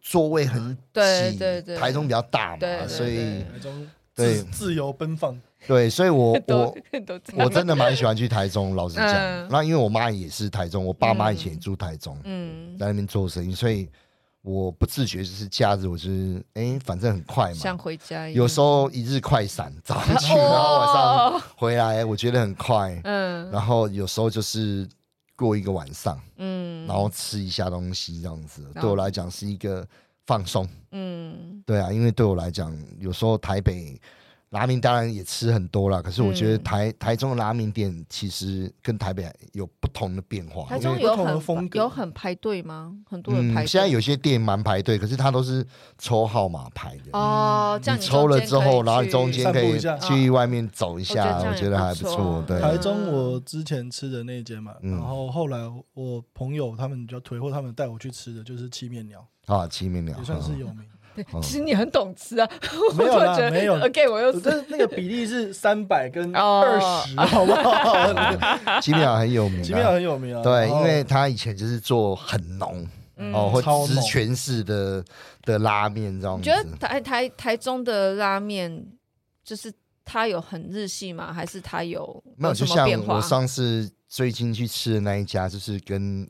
Speaker 3: 座位很挤，
Speaker 1: 对对对
Speaker 3: 台中比较大嘛，
Speaker 1: 对对
Speaker 3: 所以
Speaker 1: 对
Speaker 2: 台中
Speaker 3: 对
Speaker 2: 自自由奔放，
Speaker 3: 对，所
Speaker 1: (laughs)
Speaker 3: 以我
Speaker 1: 都
Speaker 3: 我
Speaker 1: 都这
Speaker 3: 我
Speaker 1: 样，
Speaker 3: 真的蛮喜欢去台中，老实讲
Speaker 1: 嗯，
Speaker 3: 那因为我妈也是台中，我爸妈以前
Speaker 1: 嗯
Speaker 3: 也住台中，
Speaker 1: 嗯，
Speaker 3: 在那边做生意，所以我不自觉就是假日，我就是哎、诶反正很快
Speaker 1: 像嗯
Speaker 3: 嘛。
Speaker 1: 回家一样，
Speaker 3: 有时候一日快闪，早上
Speaker 1: (laughs)
Speaker 3: 去，
Speaker 1: 哦
Speaker 3: 然后晚上回来，我觉得很快。
Speaker 1: 嗯
Speaker 3: (laughs) 然后有时候就是过一个晚上，
Speaker 1: 嗯，
Speaker 3: 然后吃一下东西这样子，
Speaker 1: 解
Speaker 3: 对我来讲是一个放松。
Speaker 1: 嗯
Speaker 3: 对啊，因为对我来讲，有时候台北拉面当然也吃很多啦，可是我觉得
Speaker 1: 嗯
Speaker 3: 台、台中的拉面店其实跟台北有不同的变化。
Speaker 1: 台
Speaker 3: 因为
Speaker 1: 中
Speaker 2: 有
Speaker 1: 有
Speaker 2: 不同的
Speaker 1: 很
Speaker 2: 风格
Speaker 1: 有很排队吗？很多人排队，
Speaker 3: 嗯现在有些店蛮排队，可是它都是抽号码牌的。
Speaker 1: 哦，这样
Speaker 3: 你嗯抽了之后，然后你中间可
Speaker 2: 散步
Speaker 3: 以
Speaker 2: 一下
Speaker 3: 去外面走一下，
Speaker 1: 哦
Speaker 3: 我
Speaker 1: 我
Speaker 3: 觉
Speaker 1: 觉
Speaker 3: 得
Speaker 1: 得
Speaker 3: 还
Speaker 1: 还
Speaker 3: 不
Speaker 1: 不
Speaker 3: 错啊
Speaker 1: 错。
Speaker 3: 对，
Speaker 2: 台中我之前吃的那间嘛，
Speaker 3: 嗯
Speaker 2: 然后后来我朋友他们比较推，或他们带我去吃的就是七面鸟，
Speaker 3: 啊，七面鸟
Speaker 2: 也算
Speaker 3: (laughs)
Speaker 2: 是有 (laughs) 名。
Speaker 3: 嗯
Speaker 1: 其实你很懂吃啊，
Speaker 3: (laughs)
Speaker 2: 没有
Speaker 1: 我
Speaker 2: 啦
Speaker 1: 突然觉得
Speaker 2: 没有
Speaker 1: OK，我又
Speaker 2: 我
Speaker 1: 是
Speaker 2: 这那个比例是三百跟
Speaker 1: 哦
Speaker 2: 二十，好不
Speaker 3: (laughs)
Speaker 2: 好？
Speaker 3: 嗯七面鸟很有名啊，
Speaker 2: 七面鸟很有名啊，
Speaker 3: 对，
Speaker 2: 然后
Speaker 3: 因为他以前就是做很浓哦，
Speaker 1: 嗯。
Speaker 3: 或
Speaker 2: 超浓
Speaker 3: 吃全式的的拉面这样
Speaker 1: 你
Speaker 3: 子
Speaker 1: 觉。得台台台中的拉面就是它有很日系吗？还是它有
Speaker 3: 没有，就
Speaker 1: 什么
Speaker 3: 像
Speaker 1: 变化
Speaker 3: 我？上次最近去吃的那一家，就是跟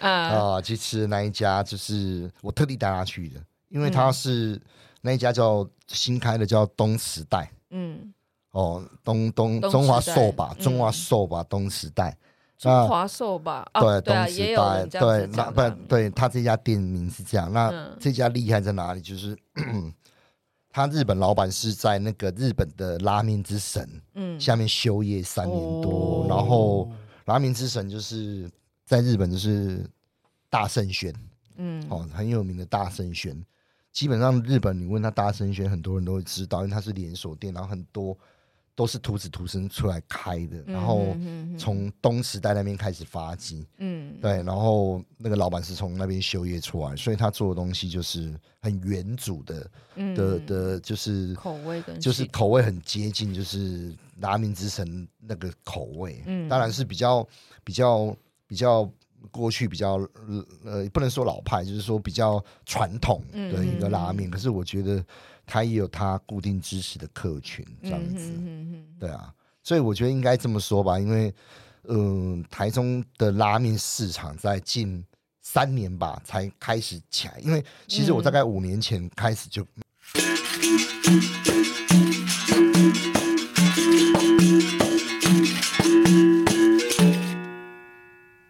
Speaker 1: 啊，
Speaker 3: 啊，去吃的那一家就是我特地带他去的，因为
Speaker 1: 嗯
Speaker 3: 他是、那一家叫新开的叫东时代
Speaker 1: 嗯，
Speaker 3: 哦，东东
Speaker 1: 东
Speaker 3: 中华
Speaker 1: 时代
Speaker 3: 寿吧，中华
Speaker 1: 嗯
Speaker 3: 寿吧，东时代，
Speaker 1: 中华寿吧，啊
Speaker 3: 对，
Speaker 1: 对啊，
Speaker 3: 东时
Speaker 1: 也有
Speaker 3: 代，
Speaker 1: 人这样子
Speaker 3: 对，那
Speaker 1: 讲
Speaker 3: 不
Speaker 1: 拉
Speaker 3: 然
Speaker 1: 面，
Speaker 3: 对他这家店名是这样，那、
Speaker 1: 嗯
Speaker 3: 这家厉害在哪里？就是。 (clears throat) 他日本老板是在那个日本的拉面之神
Speaker 1: 嗯
Speaker 3: 下面休业三年
Speaker 1: 哦
Speaker 3: 多，然后拉面之神就是在日本就是大圣轩，
Speaker 1: 嗯，
Speaker 3: 哦，很有名的大圣轩。基本上日本，你问他大圣轩，很多人都会知道，因为它是连锁店，然后很多都是徒子徒孙出来开的，然后
Speaker 1: 嗯
Speaker 3: 从东时代那边开始发迹，
Speaker 1: 嗯
Speaker 3: 对，然后那个老板是从那边修业出来，所以他做的东西就是很原祖的
Speaker 1: 嗯
Speaker 3: 的的，就是
Speaker 1: 口味跟
Speaker 3: 就是
Speaker 1: 系
Speaker 3: 口味很接近，就是拉面之神那个口味，
Speaker 1: 嗯
Speaker 3: 当然是比较比较比较过去比较呃不能说老派，就是说比较传统的一个拉
Speaker 1: 嗯
Speaker 3: 面。可是我觉得它也有它固定支持的客群这样子，
Speaker 1: 嗯
Speaker 3: 对啊，所以我觉得应该这么说吧，因为嗯、台中的拉面市场在近三年吧才开始起来，因为
Speaker 1: 嗯
Speaker 3: 其实我大概五年前开始就。